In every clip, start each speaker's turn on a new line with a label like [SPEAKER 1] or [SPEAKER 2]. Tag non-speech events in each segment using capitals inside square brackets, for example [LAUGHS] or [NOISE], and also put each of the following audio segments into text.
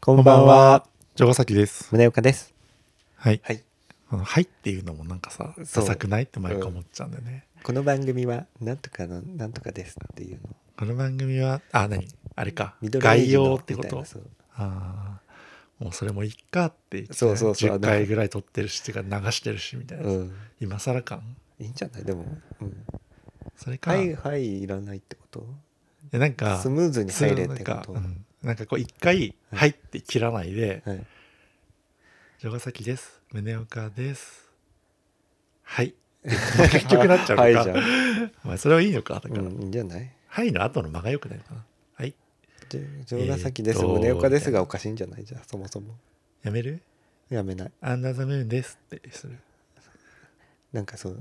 [SPEAKER 1] こんばんは。
[SPEAKER 2] 城崎です。
[SPEAKER 1] 宗岡です。
[SPEAKER 2] はい。
[SPEAKER 1] はい。
[SPEAKER 2] あのはいっていうのもなんかさ、
[SPEAKER 1] そう
[SPEAKER 2] ダサくないって毎回思っちゃうんだよね。
[SPEAKER 1] この番組は、なんとかの、なんとかですっていうの。
[SPEAKER 2] この番組は、あ、何あれか。
[SPEAKER 1] ミドルエイ
[SPEAKER 2] 概
[SPEAKER 1] ジの
[SPEAKER 2] 要ってこ
[SPEAKER 1] みたい
[SPEAKER 2] と
[SPEAKER 1] な。そう
[SPEAKER 2] ああ。もうそれもいっかって言って、
[SPEAKER 1] そうそうそう
[SPEAKER 2] 10回ぐらい撮ってるし、っていうか流してるしみたいな。
[SPEAKER 1] うん。
[SPEAKER 2] 今更感
[SPEAKER 1] いいんじゃないでも、うん。
[SPEAKER 2] それか、
[SPEAKER 1] はいい
[SPEAKER 2] や
[SPEAKER 1] はいいらないってこと
[SPEAKER 2] なんか、
[SPEAKER 1] スムーズに入れっ
[SPEAKER 2] なん
[SPEAKER 1] てこ
[SPEAKER 2] か、
[SPEAKER 1] と
[SPEAKER 2] う。んなんかこう一回、
[SPEAKER 1] はい
[SPEAKER 2] はいって切らないで、
[SPEAKER 1] はい。
[SPEAKER 2] 城崎です。宗岡です。はい。 [LAUGHS] 結局なっちゃうのか。
[SPEAKER 1] はいじゃん。
[SPEAKER 2] [LAUGHS] まあそれはいいのか。だから、
[SPEAKER 1] うん、いいんじゃない
[SPEAKER 2] はいの後の間が良くないのかな。はい。
[SPEAKER 1] じゃ城ヶ崎です、
[SPEAKER 2] えーと
[SPEAKER 1] 宗岡ですがおかしいんじゃないじゃあ、そもそも。
[SPEAKER 2] やめる
[SPEAKER 1] やめない。
[SPEAKER 2] アンダーザムーンですってする。
[SPEAKER 1] なんかそう、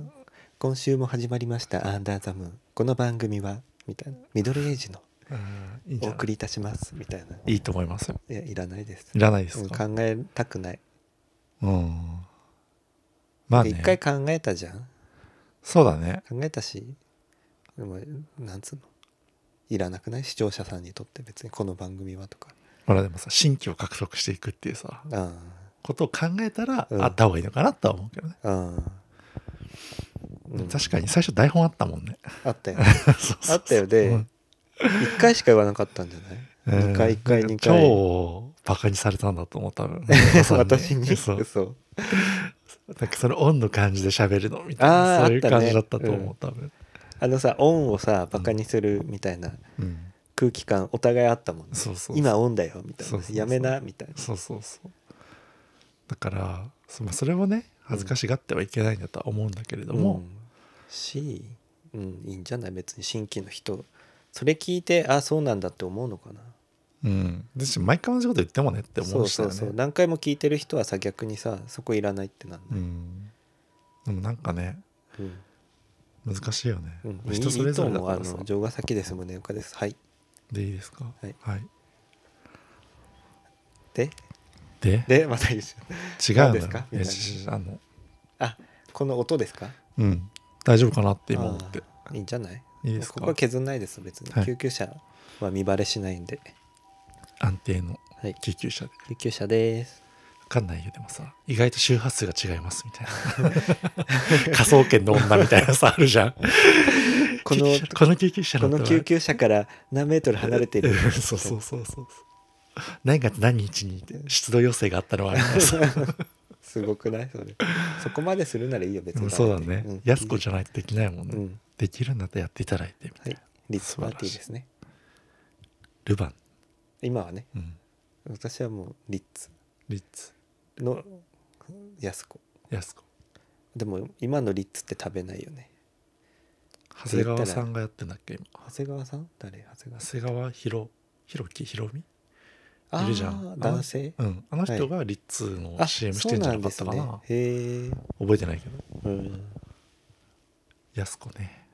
[SPEAKER 1] 今週も始まりました、アンダーザムーン。この番組は、みたいな。ミドルエイジの
[SPEAKER 2] あーいいんじ
[SPEAKER 1] お
[SPEAKER 2] ゃな
[SPEAKER 1] 送
[SPEAKER 2] い
[SPEAKER 1] りいたします、みたいな。い
[SPEAKER 2] いいと思いますよ。
[SPEAKER 1] や、いらないです
[SPEAKER 2] い。らないで
[SPEAKER 1] う
[SPEAKER 2] す
[SPEAKER 1] ん
[SPEAKER 2] か。
[SPEAKER 1] 考えたくない。
[SPEAKER 2] うん。まあ
[SPEAKER 1] で
[SPEAKER 2] ね
[SPEAKER 1] 一。回考えたじゃん
[SPEAKER 2] そうだね。
[SPEAKER 1] 考えたしでもなんつうのいらなくない視聴者さんにとって別にこの番組はとか
[SPEAKER 2] ほらでもさ、新規を獲得していくっていうさ、
[SPEAKER 1] あ
[SPEAKER 2] ことを考えたら、
[SPEAKER 1] うん
[SPEAKER 2] あった方がいいのかなとは思うけどね。
[SPEAKER 1] あああうん
[SPEAKER 2] 確かに最初台本あったもんね。
[SPEAKER 1] あった
[SPEAKER 2] [LAUGHS]
[SPEAKER 1] よ
[SPEAKER 2] そうそうそ
[SPEAKER 1] [LAUGHS]
[SPEAKER 2] う
[SPEAKER 1] あったよで
[SPEAKER 2] うん
[SPEAKER 1] 1回しか言わなかったんじゃない、
[SPEAKER 2] うん
[SPEAKER 1] 2回1回
[SPEAKER 2] なん
[SPEAKER 1] 2
[SPEAKER 2] か
[SPEAKER 1] 回
[SPEAKER 2] 超バカにされたんだと思う、多分。
[SPEAKER 1] [LAUGHS] 私に
[SPEAKER 2] そ
[SPEAKER 1] そうう。
[SPEAKER 2] なんかそのオンの感じで喋るのみたい
[SPEAKER 1] あー
[SPEAKER 2] な、そうい
[SPEAKER 1] あっ
[SPEAKER 2] う
[SPEAKER 1] たね
[SPEAKER 2] 感じだったと思
[SPEAKER 1] う
[SPEAKER 2] う、多分。
[SPEAKER 1] あのさオンをさバカにするみたいな
[SPEAKER 2] うん。
[SPEAKER 1] 空気感お互いあったもんね
[SPEAKER 2] そうそうそう
[SPEAKER 1] 今オンだよみたいな
[SPEAKER 2] そうそうそう
[SPEAKER 1] やめなみたいな
[SPEAKER 2] そうそうそうだからそ,、まあ、それをね恥ずかしがってはいけないんだとは思うんだけれど
[SPEAKER 1] う
[SPEAKER 2] も、
[SPEAKER 1] ん、し、うん、いいんじゃない別に新規の人それ聞いてあそうなんだって思うのかな
[SPEAKER 2] うんですし毎回同じこと言ってもねって
[SPEAKER 1] そ
[SPEAKER 2] 思
[SPEAKER 1] う
[SPEAKER 2] うし
[SPEAKER 1] そ
[SPEAKER 2] だよ
[SPEAKER 1] う
[SPEAKER 2] ね
[SPEAKER 1] そう何回も聞いてる人はさ逆にさそこいらないってなん
[SPEAKER 2] う
[SPEAKER 1] ない、
[SPEAKER 2] んでもなんかね
[SPEAKER 1] うん
[SPEAKER 2] 難しいよね、
[SPEAKER 1] うん
[SPEAKER 2] 人それぞれ
[SPEAKER 1] いい
[SPEAKER 2] だ
[SPEAKER 1] と思
[SPEAKER 2] か
[SPEAKER 1] うあ
[SPEAKER 2] らさ
[SPEAKER 1] の城ヶ崎です宗岡ですはい
[SPEAKER 2] でいいですか
[SPEAKER 1] はいで
[SPEAKER 2] で
[SPEAKER 1] でまた一緒
[SPEAKER 2] 違うの
[SPEAKER 1] 何
[SPEAKER 2] よ
[SPEAKER 1] ですか
[SPEAKER 2] いや
[SPEAKER 1] みたいな
[SPEAKER 2] しあの
[SPEAKER 1] あこの音ですか
[SPEAKER 2] うん大丈夫かなって今思って
[SPEAKER 1] あーいいんじゃない
[SPEAKER 2] いいですか
[SPEAKER 1] ここは削んないです別に、
[SPEAKER 2] はい
[SPEAKER 1] 救急車は見バレしないんで
[SPEAKER 2] 安定の
[SPEAKER 1] はい
[SPEAKER 2] 救急車で
[SPEAKER 1] 救急車です
[SPEAKER 2] 分かんないよでもさ意外と周波数が違いますみたいな [LAUGHS] 科捜研の女みたいなさあるじゃん
[SPEAKER 1] この
[SPEAKER 2] 救急車この救急車
[SPEAKER 1] こ
[SPEAKER 2] の
[SPEAKER 1] の救急車から何メートル離れている
[SPEAKER 2] [LAUGHS] そうそうそうそうそう何月何日にって湿度要請があったのはみたいなさ
[SPEAKER 1] すごくないそれそこまでするならいいよ別
[SPEAKER 2] でも
[SPEAKER 1] に
[SPEAKER 2] [LAUGHS] そうだね、
[SPEAKER 1] うん
[SPEAKER 2] 安子じゃないとできないもんね、
[SPEAKER 1] うん
[SPEAKER 2] できるんだったらやっていただいてみた
[SPEAKER 1] はいい
[SPEAKER 2] な、
[SPEAKER 1] リッツパーティーですね
[SPEAKER 2] ルヴァン、
[SPEAKER 1] 今はね
[SPEAKER 2] うん、
[SPEAKER 1] 私はもうリッツ
[SPEAKER 2] リッツ
[SPEAKER 1] の安子
[SPEAKER 2] 安子
[SPEAKER 1] でも今のリッツって食べないよね
[SPEAKER 2] 長谷川さんがやってんだっけ今
[SPEAKER 1] 長谷川さん誰長谷川さ
[SPEAKER 2] 長谷川博弘樹ひろみ
[SPEAKER 1] ん
[SPEAKER 2] いるじゃ
[SPEAKER 1] あー
[SPEAKER 2] ん
[SPEAKER 1] 男性
[SPEAKER 2] あのうんあの人がリッツの CM してんじゃなかったかな,、
[SPEAKER 1] そうなんですねへ
[SPEAKER 2] 覚えてないけど
[SPEAKER 1] え、うん、
[SPEAKER 2] 安子ね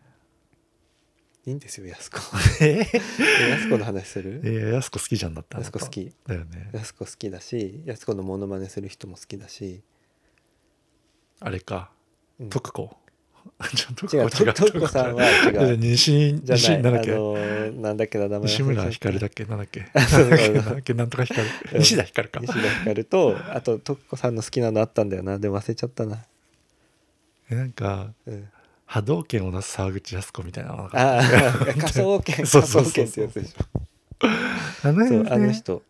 [SPEAKER 1] いいんですよ安子
[SPEAKER 2] え
[SPEAKER 1] 安子の話する
[SPEAKER 2] いや安子好きじゃんだった
[SPEAKER 1] 安子好き
[SPEAKER 2] だよね
[SPEAKER 1] 安子好きだし安子のモノマネする人も好きだし
[SPEAKER 2] あれか
[SPEAKER 1] うん
[SPEAKER 2] 徳子 [LAUGHS] ちょ
[SPEAKER 1] 違う
[SPEAKER 2] 徳子
[SPEAKER 1] ととこさんは違う
[SPEAKER 2] だって西
[SPEAKER 1] じゃ
[SPEAKER 2] 西
[SPEAKER 1] な
[SPEAKER 2] な
[SPEAKER 1] いあ
[SPEAKER 2] んだっけ、
[SPEAKER 1] のーなんだっけな名前忘れちゃった
[SPEAKER 2] 西村ひかるだっけなんだっけ
[SPEAKER 1] そうそう
[SPEAKER 2] なんだっけなんとかひかる
[SPEAKER 1] うん
[SPEAKER 2] 西田ひかるか
[SPEAKER 1] 西田ひかる
[SPEAKER 2] [LAUGHS]
[SPEAKER 1] とあと徳子さんの好きなのあったんだよなでも忘れちゃったな、
[SPEAKER 2] えなんか
[SPEAKER 1] うん、
[SPEAKER 2] 波動拳を出す沢口靖子みたいなのが
[SPEAKER 1] あ
[SPEAKER 2] [LAUGHS]
[SPEAKER 1] あ科捜研科
[SPEAKER 2] そうそう
[SPEAKER 1] 捜
[SPEAKER 2] そう
[SPEAKER 1] 研ってやつでしょ
[SPEAKER 2] あの
[SPEAKER 1] そう
[SPEAKER 2] 辺
[SPEAKER 1] あの
[SPEAKER 2] ね
[SPEAKER 1] 人、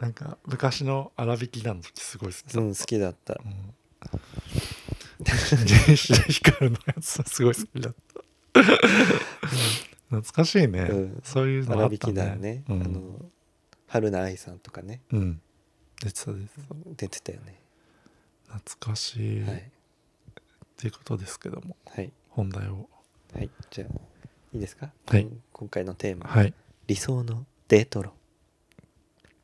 [SPEAKER 2] なんか昔の粗挽き団の時すごい好き
[SPEAKER 1] う
[SPEAKER 2] だっ
[SPEAKER 1] ん、好きだった
[SPEAKER 2] た、うん、西田ひかるのやつすごい好きだった懐かしいね、
[SPEAKER 1] うん
[SPEAKER 2] そういうのあ
[SPEAKER 1] 荒
[SPEAKER 2] っ
[SPEAKER 1] 引
[SPEAKER 2] た
[SPEAKER 1] きだよね、
[SPEAKER 2] うん、
[SPEAKER 1] あの春菜愛さんとかね
[SPEAKER 2] うん出てたです
[SPEAKER 1] 出てたよね、
[SPEAKER 2] 懐かしい、
[SPEAKER 1] は
[SPEAKER 2] っ
[SPEAKER 1] い
[SPEAKER 2] ていうことですけども
[SPEAKER 1] はい
[SPEAKER 2] 本題を
[SPEAKER 1] はいじゃあいいですか、
[SPEAKER 2] はい
[SPEAKER 1] うん今回のテーマ、
[SPEAKER 2] はい
[SPEAKER 1] 理想のデート論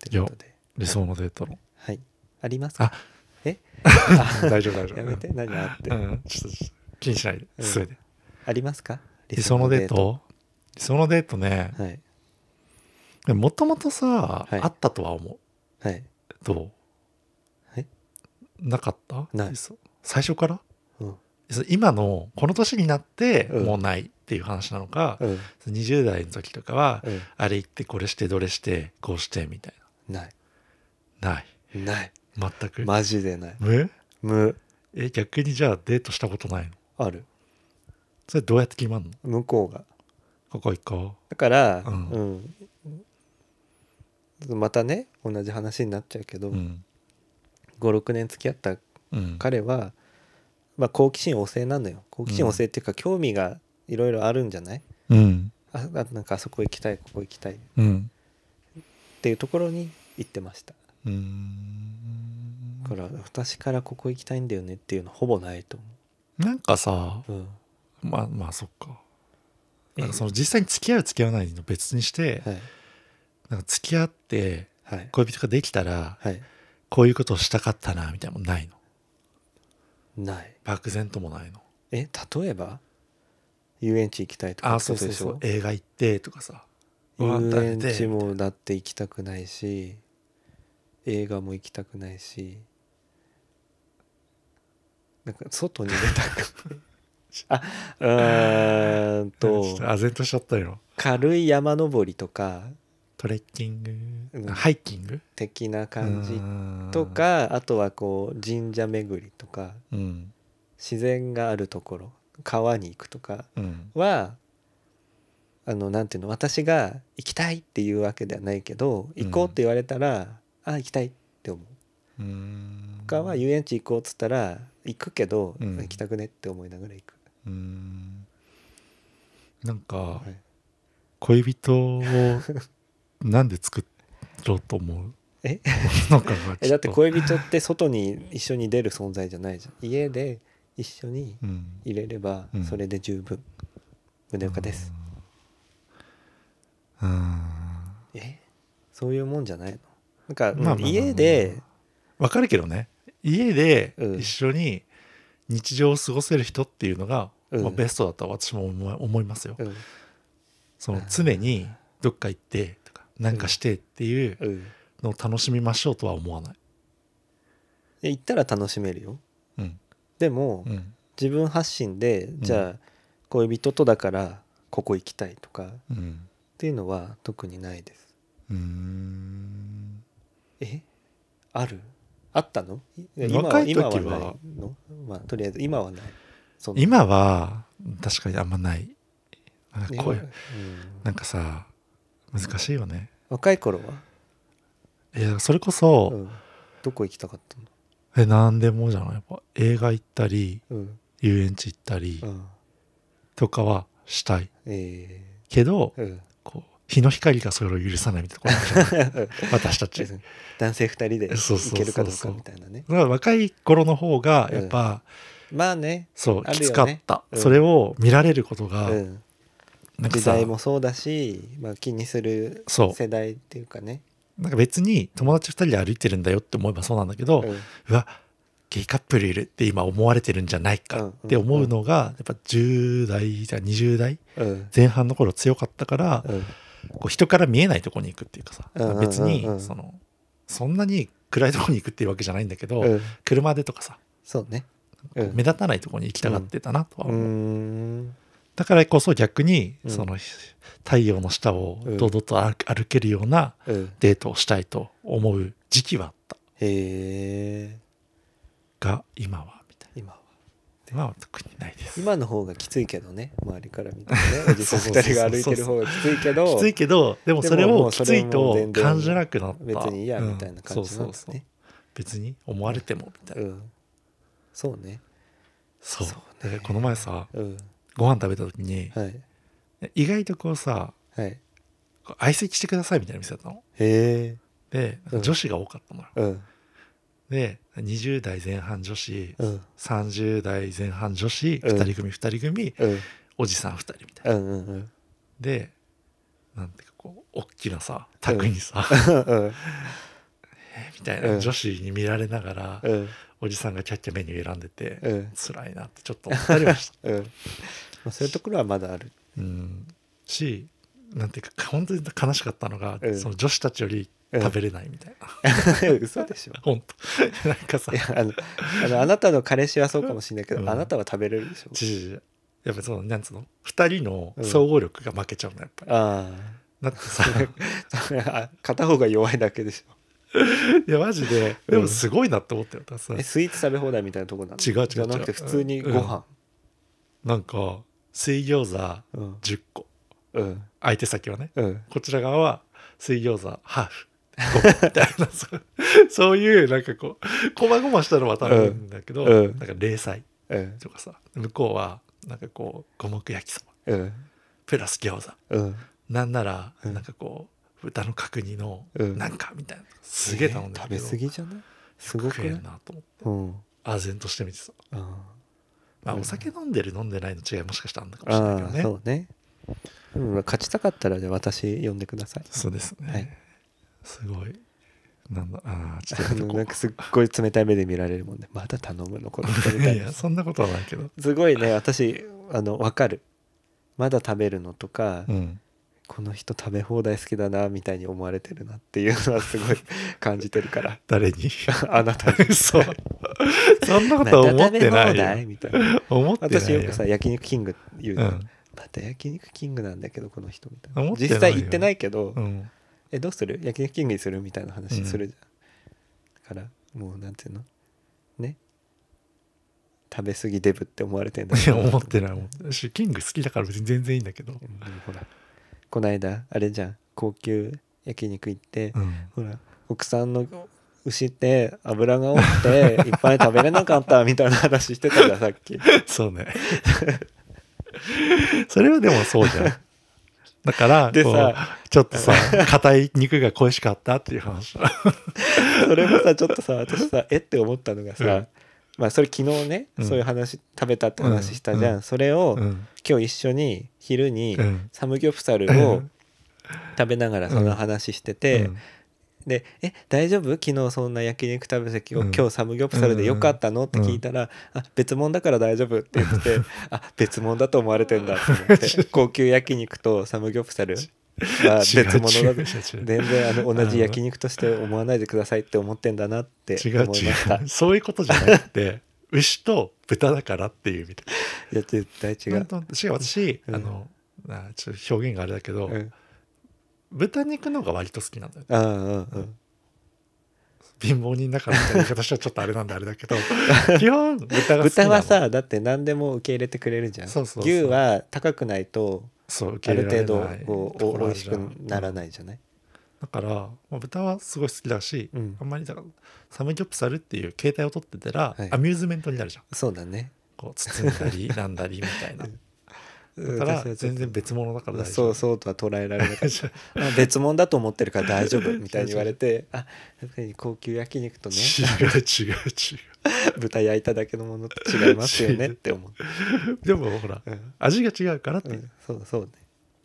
[SPEAKER 1] ということで
[SPEAKER 2] 理想のデートの
[SPEAKER 1] はいありますか
[SPEAKER 2] あ
[SPEAKER 1] え
[SPEAKER 2] 大丈夫大丈夫
[SPEAKER 1] やめて何あって、
[SPEAKER 2] うんちょっと気にしないで
[SPEAKER 1] うん
[SPEAKER 2] 全て
[SPEAKER 1] ありますか
[SPEAKER 2] 理想のデート理想のデートね
[SPEAKER 1] はい
[SPEAKER 2] もともとさ
[SPEAKER 1] はい
[SPEAKER 2] あったとは思
[SPEAKER 1] はい、
[SPEAKER 2] うど
[SPEAKER 1] はいう
[SPEAKER 2] なかった
[SPEAKER 1] ない
[SPEAKER 2] 理想最初から
[SPEAKER 1] うん
[SPEAKER 2] そう今のこの年になって
[SPEAKER 1] うん
[SPEAKER 2] もうないっていう話なのか
[SPEAKER 1] うん
[SPEAKER 2] 20代の時とかは
[SPEAKER 1] うん、
[SPEAKER 2] あれ行ってこれしてどれしてこうしてみたい
[SPEAKER 1] ない
[SPEAKER 2] ない
[SPEAKER 1] ない
[SPEAKER 2] 全く、
[SPEAKER 1] マジでない
[SPEAKER 2] え
[SPEAKER 1] 無
[SPEAKER 2] え逆にじゃあデートしたことないの
[SPEAKER 1] ある
[SPEAKER 2] それどうやって決まんの
[SPEAKER 1] 向こうが
[SPEAKER 2] ここ行こ
[SPEAKER 1] だから、
[SPEAKER 2] う
[SPEAKER 1] うんまたね同じ話になっちゃうけど、
[SPEAKER 2] ううん
[SPEAKER 1] 56年付き合った
[SPEAKER 2] うん
[SPEAKER 1] 彼は、まあ、好奇心旺盛なのよ好奇心旺盛っていうか、興味がいろいろあるんじゃない
[SPEAKER 2] うん
[SPEAKER 1] ああなんかあそこ行きたいここ行きたいっ
[SPEAKER 2] うん
[SPEAKER 1] ていうところに行ってました
[SPEAKER 2] うーん
[SPEAKER 1] だから私からここ行きたいんだよねっていうのほぼないと
[SPEAKER 2] なんかさ
[SPEAKER 1] 思う、うん
[SPEAKER 2] まあまあそっか
[SPEAKER 1] え
[SPEAKER 2] なんかその実際に付き合う付き合わないの別にして、
[SPEAKER 1] はい
[SPEAKER 2] なんか付き合って
[SPEAKER 1] はい
[SPEAKER 2] 恋人ができたら
[SPEAKER 1] はい
[SPEAKER 2] こういうことをしたかったなみたいなのもないの
[SPEAKER 1] ない
[SPEAKER 2] 漠然ともないの
[SPEAKER 1] え例えば遊園地行きたいとか
[SPEAKER 2] あそうそうそう映画行ってとかさご飯
[SPEAKER 1] 遊
[SPEAKER 2] 食べ
[SPEAKER 1] 園地
[SPEAKER 2] て
[SPEAKER 1] もだって行きたくないし映画も行きたくないしなんか外に出たく
[SPEAKER 2] [LAUGHS]
[SPEAKER 1] ないあうーんと
[SPEAKER 2] ちょっと唖然としちゃったよ
[SPEAKER 1] 軽い山登りとか
[SPEAKER 2] トレッキング、
[SPEAKER 1] うん
[SPEAKER 2] ハイキング
[SPEAKER 1] 的な感じ
[SPEAKER 2] じ
[SPEAKER 1] と、かあとはこう神社巡りとか
[SPEAKER 2] うん
[SPEAKER 1] 自然があるところ川に行くとか
[SPEAKER 2] うん
[SPEAKER 1] はあのなんていうの私が行きたいっていうわけではないけど
[SPEAKER 2] うん
[SPEAKER 1] 行こうって言われたら、あ行きたいって思う。
[SPEAKER 2] うーん
[SPEAKER 1] 他は遊園地行こうっつったら行くけど、
[SPEAKER 2] うん
[SPEAKER 1] 行きたくねって思いながら行く。
[SPEAKER 2] うーんなんか、
[SPEAKER 1] い
[SPEAKER 2] 恋
[SPEAKER 1] [LAUGHS]
[SPEAKER 2] 人をなんで作ろうと思う
[SPEAKER 1] え
[SPEAKER 2] なんかが
[SPEAKER 1] え
[SPEAKER 2] ち
[SPEAKER 1] だ
[SPEAKER 2] ょっ
[SPEAKER 1] って
[SPEAKER 2] と
[SPEAKER 1] 恋人って外に一緒に出る存在じゃないじゃん。家で一緒に
[SPEAKER 2] うん
[SPEAKER 1] 入れれば
[SPEAKER 2] うん
[SPEAKER 1] それで十分。宗岡です。
[SPEAKER 2] うーん
[SPEAKER 1] えそういうもんじゃないのなんか、
[SPEAKER 2] まあまあまあまあ
[SPEAKER 1] 家で
[SPEAKER 2] わかるけどね家で
[SPEAKER 1] うん
[SPEAKER 2] 一緒に日常を過ごせる人っていうのが、
[SPEAKER 1] うん
[SPEAKER 2] まあ、ベストだとは私も思い思いますよ、
[SPEAKER 1] うん
[SPEAKER 2] その常にどっか行ってとかなんかしてっていう
[SPEAKER 1] うん
[SPEAKER 2] のを楽しみましょうとは思わない
[SPEAKER 1] え行ったら楽しめるよ。
[SPEAKER 2] うん
[SPEAKER 1] でも、
[SPEAKER 2] うん
[SPEAKER 1] 自分発信でじゃあ、恋人とだからここ行きたいとかっ
[SPEAKER 2] うん
[SPEAKER 1] ていうのは特にないです。
[SPEAKER 2] うーん
[SPEAKER 1] えあるあったのいや
[SPEAKER 2] 若い時は
[SPEAKER 1] 今ないのまあとりあえず今はないその
[SPEAKER 2] 今は確かにあんまないなんか
[SPEAKER 1] 今
[SPEAKER 2] こういう
[SPEAKER 1] うん
[SPEAKER 2] なんかさ難しいよね
[SPEAKER 1] 若い頃はい
[SPEAKER 2] やそれこそ、
[SPEAKER 1] うんどこ行きたかった
[SPEAKER 2] え何でもじゃないやっぱ映画行ったり
[SPEAKER 1] のうん
[SPEAKER 2] 遊園地行ったり
[SPEAKER 1] うん
[SPEAKER 2] とかはしたい
[SPEAKER 1] え
[SPEAKER 2] けど、
[SPEAKER 1] ーうん
[SPEAKER 2] [LAUGHS] こう日の光がそれを許さないみたいなところあるじ
[SPEAKER 1] [LAUGHS]
[SPEAKER 2] ゃん私たちだか
[SPEAKER 1] 男性二人で
[SPEAKER 2] そうそうそうそ
[SPEAKER 1] 行
[SPEAKER 2] う
[SPEAKER 1] けるかどうかみたいなね
[SPEAKER 2] ら若い頃の方がやっぱ、
[SPEAKER 1] まあね
[SPEAKER 2] そう
[SPEAKER 1] あるよね
[SPEAKER 2] きつかった、
[SPEAKER 1] うん
[SPEAKER 2] それを見られることが、
[SPEAKER 1] うん
[SPEAKER 2] なんか
[SPEAKER 1] 時
[SPEAKER 2] さ
[SPEAKER 1] 代もそうだし、まあ、気にする
[SPEAKER 2] そう
[SPEAKER 1] 世代っていうかね
[SPEAKER 2] なんか別に友達2人で歩いてるんだよって思えばそうなんだけど、
[SPEAKER 1] うん
[SPEAKER 2] うわゲイカップルいるって今思われてるんじゃないかって思うのがやっぱ10代じゃ20代
[SPEAKER 1] うん
[SPEAKER 2] 前半の頃強かったから
[SPEAKER 1] うん
[SPEAKER 2] こう人から見えないとこに行くっていうかさ
[SPEAKER 1] うんうんうんうん
[SPEAKER 2] 別にそのそんなに暗いとこに行くっていうわけじゃないんだけ
[SPEAKER 1] う
[SPEAKER 2] ど
[SPEAKER 1] ん
[SPEAKER 2] 車でとかさ
[SPEAKER 1] そうねうん
[SPEAKER 2] 目立たないとこに行きたがってたなとは
[SPEAKER 1] うー
[SPEAKER 2] 思うんだからこそ逆に
[SPEAKER 1] うん
[SPEAKER 2] その太陽の下を堂々と歩歩けるような
[SPEAKER 1] うん
[SPEAKER 2] デートをしたいと思う時期はあった
[SPEAKER 1] へえ
[SPEAKER 2] が今はみたいな
[SPEAKER 1] 今は
[SPEAKER 2] 今は特にないです
[SPEAKER 1] 今の方がきついけどね周りから見てねお [LAUGHS] じさん2人が歩いてる方がきついけど
[SPEAKER 2] きついけどでもそれ
[SPEAKER 1] でもも
[SPEAKER 2] を
[SPEAKER 1] う
[SPEAKER 2] き
[SPEAKER 1] そ
[SPEAKER 2] つ
[SPEAKER 1] れ
[SPEAKER 2] い
[SPEAKER 1] も
[SPEAKER 2] と
[SPEAKER 1] 全然
[SPEAKER 2] 感じなくなった
[SPEAKER 1] 別にいいや
[SPEAKER 2] うん
[SPEAKER 1] みたいな感じなんだ
[SPEAKER 2] そうそうそう
[SPEAKER 1] ね
[SPEAKER 2] 別に思われてもみたいうな、
[SPEAKER 1] んそうね
[SPEAKER 2] そう
[SPEAKER 1] そうね
[SPEAKER 2] でこの前さ
[SPEAKER 1] うん
[SPEAKER 2] ご飯食べた時に
[SPEAKER 1] はい
[SPEAKER 2] 意外とこうさ
[SPEAKER 1] はいへ
[SPEAKER 2] こう相席してくださいみたいな店だったの
[SPEAKER 1] え
[SPEAKER 2] で
[SPEAKER 1] うん
[SPEAKER 2] 女子が多かったのよ、
[SPEAKER 1] うん
[SPEAKER 2] で20代前半女子
[SPEAKER 1] うん
[SPEAKER 2] 30代前半女子
[SPEAKER 1] うん
[SPEAKER 2] 2人組2人組
[SPEAKER 1] うん
[SPEAKER 2] おじさん2人みたいな
[SPEAKER 1] うんうんうん
[SPEAKER 2] でなんていうかこう大きなさ卓にさ、
[SPEAKER 1] うん
[SPEAKER 2] [LAUGHS] みたいうなん女子に見られながら、
[SPEAKER 1] うん
[SPEAKER 2] おじさんがキャッキャメニュー選んでて、
[SPEAKER 1] うん
[SPEAKER 2] 辛いなってちょっと思ったりはした、
[SPEAKER 1] うんまあそういうところはまだある
[SPEAKER 2] うん、しなんていうか本当に悲しかったのが、
[SPEAKER 1] うん
[SPEAKER 2] その女子たちより食べれないみたいな、
[SPEAKER 1] [LAUGHS] 嘘でしょ
[SPEAKER 2] [LAUGHS] 本当なんかさ
[SPEAKER 1] いやあのあのあなたの彼氏はそうかもしれないけど、
[SPEAKER 2] うん
[SPEAKER 1] あなたは食べれるでしょ
[SPEAKER 2] じじじやっぱりそのなんつうの2人の総合力が負けちゃうのやっぱり、
[SPEAKER 1] あ [LAUGHS]
[SPEAKER 2] だってさ
[SPEAKER 1] あ片方が弱いだけでしょ
[SPEAKER 2] いやマジででもすごいなって思ったよ、たさ
[SPEAKER 1] えスイーツ食べ放題みたいなとこなの
[SPEAKER 2] 違う違う
[SPEAKER 1] じゃなくて
[SPEAKER 2] 違う
[SPEAKER 1] 普通にご飯
[SPEAKER 2] なんか水餃子
[SPEAKER 1] うん
[SPEAKER 2] 10個
[SPEAKER 1] うん
[SPEAKER 2] 相手先はね
[SPEAKER 1] うん
[SPEAKER 2] こちら側は水餃子ハーフ5個みたいなそう [LAUGHS] そういうなんかこうこまごましたのは多分いいんだけど、
[SPEAKER 1] うんうん
[SPEAKER 2] なんか零細
[SPEAKER 1] うん
[SPEAKER 2] とかさ向こうはなんかこう五目焼きそ
[SPEAKER 1] う
[SPEAKER 2] ば
[SPEAKER 1] ん
[SPEAKER 2] プラス餃子
[SPEAKER 1] うん
[SPEAKER 2] なんなら
[SPEAKER 1] うん
[SPEAKER 2] なんかこう豚の角煮の
[SPEAKER 1] うん
[SPEAKER 2] なんかみたいな、すげえ頼ん
[SPEAKER 1] え
[SPEAKER 2] だ
[SPEAKER 1] 食
[SPEAKER 2] け
[SPEAKER 1] べ
[SPEAKER 2] ど、
[SPEAKER 1] 過ぎじゃないすごくな
[SPEAKER 2] 食え
[SPEAKER 1] い
[SPEAKER 2] るなと思って
[SPEAKER 1] うん
[SPEAKER 2] 唖然として見てさ、
[SPEAKER 1] あ
[SPEAKER 2] まあ、
[SPEAKER 1] うん
[SPEAKER 2] お酒飲んでる飲んでないの違いもしかしたらあんだかもしれない
[SPEAKER 1] あ
[SPEAKER 2] けどね
[SPEAKER 1] そうねうん勝ちたかったらじゃあ私呼んでくださ
[SPEAKER 2] [LAUGHS]
[SPEAKER 1] い [LAUGHS]
[SPEAKER 2] そうですね、
[SPEAKER 1] はい
[SPEAKER 2] すごいなんだああちょっとや
[SPEAKER 1] あ
[SPEAKER 2] めと
[SPEAKER 1] の
[SPEAKER 2] こ
[SPEAKER 1] [LAUGHS]
[SPEAKER 2] う
[SPEAKER 1] なんかすっごい冷たい目で見られるもんねまだ頼むのこの人みたい
[SPEAKER 2] [LAUGHS] い
[SPEAKER 1] な
[SPEAKER 2] やそんなことはないけど、
[SPEAKER 1] すごいね私あの分かるまだ食べるのとか、
[SPEAKER 2] うん、
[SPEAKER 1] この人食べ放題好きだなみたいに思われてるなっていうのはすごい [LAUGHS] 感じてる
[SPEAKER 2] [LAUGHS]
[SPEAKER 1] から
[SPEAKER 2] 誰に
[SPEAKER 1] あなたに
[SPEAKER 2] そうそんなことは思って
[SPEAKER 1] また食べ放
[SPEAKER 2] ないよ
[SPEAKER 1] 題みたいな
[SPEAKER 2] 思ってない
[SPEAKER 1] 私よくさ焼肉キング言う
[SPEAKER 2] う
[SPEAKER 1] の、
[SPEAKER 2] ん、
[SPEAKER 1] また焼肉キングなんだけどこの人みたいな
[SPEAKER 2] 思ってないよ
[SPEAKER 1] 実際行ってないけど、
[SPEAKER 2] うん、
[SPEAKER 1] えどうする焼肉キングにするみたいな
[SPEAKER 2] う
[SPEAKER 1] 話
[SPEAKER 2] ん
[SPEAKER 1] するじゃん、だからもうなんていうのね食べ過ぎデブって思われてんだ
[SPEAKER 2] いや思っ
[SPEAKER 1] る
[SPEAKER 2] てない思ってないしキング好きだから別に全然いいんだけど、
[SPEAKER 1] でもほらこないだあれじゃん高級焼肉行って、
[SPEAKER 2] うん、
[SPEAKER 1] ほら国産の牛って脂が多く
[SPEAKER 2] [LAUGHS]
[SPEAKER 1] ていっぱい食べれなかったみたいな話してたんださっき
[SPEAKER 2] そうね。それはでもそうじゃん。だから、
[SPEAKER 1] でさ
[SPEAKER 2] こうちょっとさ、硬い肉が恋しかったっていう話。
[SPEAKER 1] それもさちょっとさ私さえって思ったのがさ、
[SPEAKER 2] うん
[SPEAKER 1] まあそれ昨日ね、
[SPEAKER 2] うん
[SPEAKER 1] そういう話食べたって話したじゃん、
[SPEAKER 2] うん
[SPEAKER 1] それを、
[SPEAKER 2] うん。
[SPEAKER 1] 今日一緒に昼に
[SPEAKER 2] うん
[SPEAKER 1] サムギョプサル
[SPEAKER 2] う
[SPEAKER 1] を
[SPEAKER 2] ん
[SPEAKER 1] 食べながらその話してて、で「え大丈夫昨日そんな焼肉食べ先を、
[SPEAKER 2] うん
[SPEAKER 1] 今日サムギョプサルでよかったの?」って聞いたら「あ別物だから大丈夫」って言って「あ別物だと思われてんだ」と思って
[SPEAKER 2] [LAUGHS]
[SPEAKER 1] 高級焼肉とサムギョプサルは別
[SPEAKER 2] 違う
[SPEAKER 1] 物だ
[SPEAKER 2] 違う違う
[SPEAKER 1] 全然あの同じ焼肉として思わないでくださいって思ってんだなって
[SPEAKER 2] 違
[SPEAKER 1] 思
[SPEAKER 2] う
[SPEAKER 1] いました
[SPEAKER 2] 違う。そういうことじゃなくて、牛と豚だからっていうみたい
[SPEAKER 1] いや絶対違
[SPEAKER 2] な。
[SPEAKER 1] う、
[SPEAKER 2] 本当しかも私、
[SPEAKER 1] うん
[SPEAKER 2] あの、あちょっと表現があれだけ
[SPEAKER 1] う
[SPEAKER 2] ど、
[SPEAKER 1] ん、
[SPEAKER 2] 豚肉の方が割と好きなんだよ。
[SPEAKER 1] ああうんうん
[SPEAKER 2] 貧乏人だからみたいな言い方したらちょっとあれなんであれ
[SPEAKER 1] [LAUGHS]
[SPEAKER 2] だけど、基本豚が好きな
[SPEAKER 1] 豚
[SPEAKER 2] の
[SPEAKER 1] は、さだって何でも受け入れてくれるじゃん
[SPEAKER 2] そうそうそう
[SPEAKER 1] 牛は高くないと
[SPEAKER 2] そう、受
[SPEAKER 1] あ
[SPEAKER 2] け
[SPEAKER 1] る
[SPEAKER 2] 入れら
[SPEAKER 1] 程
[SPEAKER 2] れ
[SPEAKER 1] 度
[SPEAKER 2] ない
[SPEAKER 1] ことう
[SPEAKER 2] こ
[SPEAKER 1] お美
[SPEAKER 2] ろある
[SPEAKER 1] 味し
[SPEAKER 2] じ
[SPEAKER 1] く
[SPEAKER 2] ゃん
[SPEAKER 1] ならないじゃない、
[SPEAKER 2] だから、まあ、豚はすごい好きだし、
[SPEAKER 1] うん
[SPEAKER 2] あんまりだからサムギョプサルっていう形態を取ってたら、
[SPEAKER 1] はい
[SPEAKER 2] アミューズメントになるじゃん
[SPEAKER 1] そうだね
[SPEAKER 2] こう包んだ
[SPEAKER 1] [LAUGHS]
[SPEAKER 2] りなんだりみたいな
[SPEAKER 1] うん私
[SPEAKER 2] だから
[SPEAKER 1] はちょっ
[SPEAKER 2] 全
[SPEAKER 1] と
[SPEAKER 2] 然別物だから大
[SPEAKER 1] そ
[SPEAKER 2] 丈
[SPEAKER 1] う
[SPEAKER 2] 夫
[SPEAKER 1] そうとは捉えられな
[SPEAKER 2] [LAUGHS]
[SPEAKER 1] かったあ別物だと思ってるから大丈夫みたいに言われ
[SPEAKER 2] [LAUGHS]
[SPEAKER 1] てあ確かに高級焼肉とね
[SPEAKER 2] 違う違う違
[SPEAKER 1] 豚焼いただけのものと違いますよねって思って、
[SPEAKER 2] [LAUGHS] うでもほら
[SPEAKER 1] うん
[SPEAKER 2] 味が違うからって、
[SPEAKER 1] うん、そうだそうだね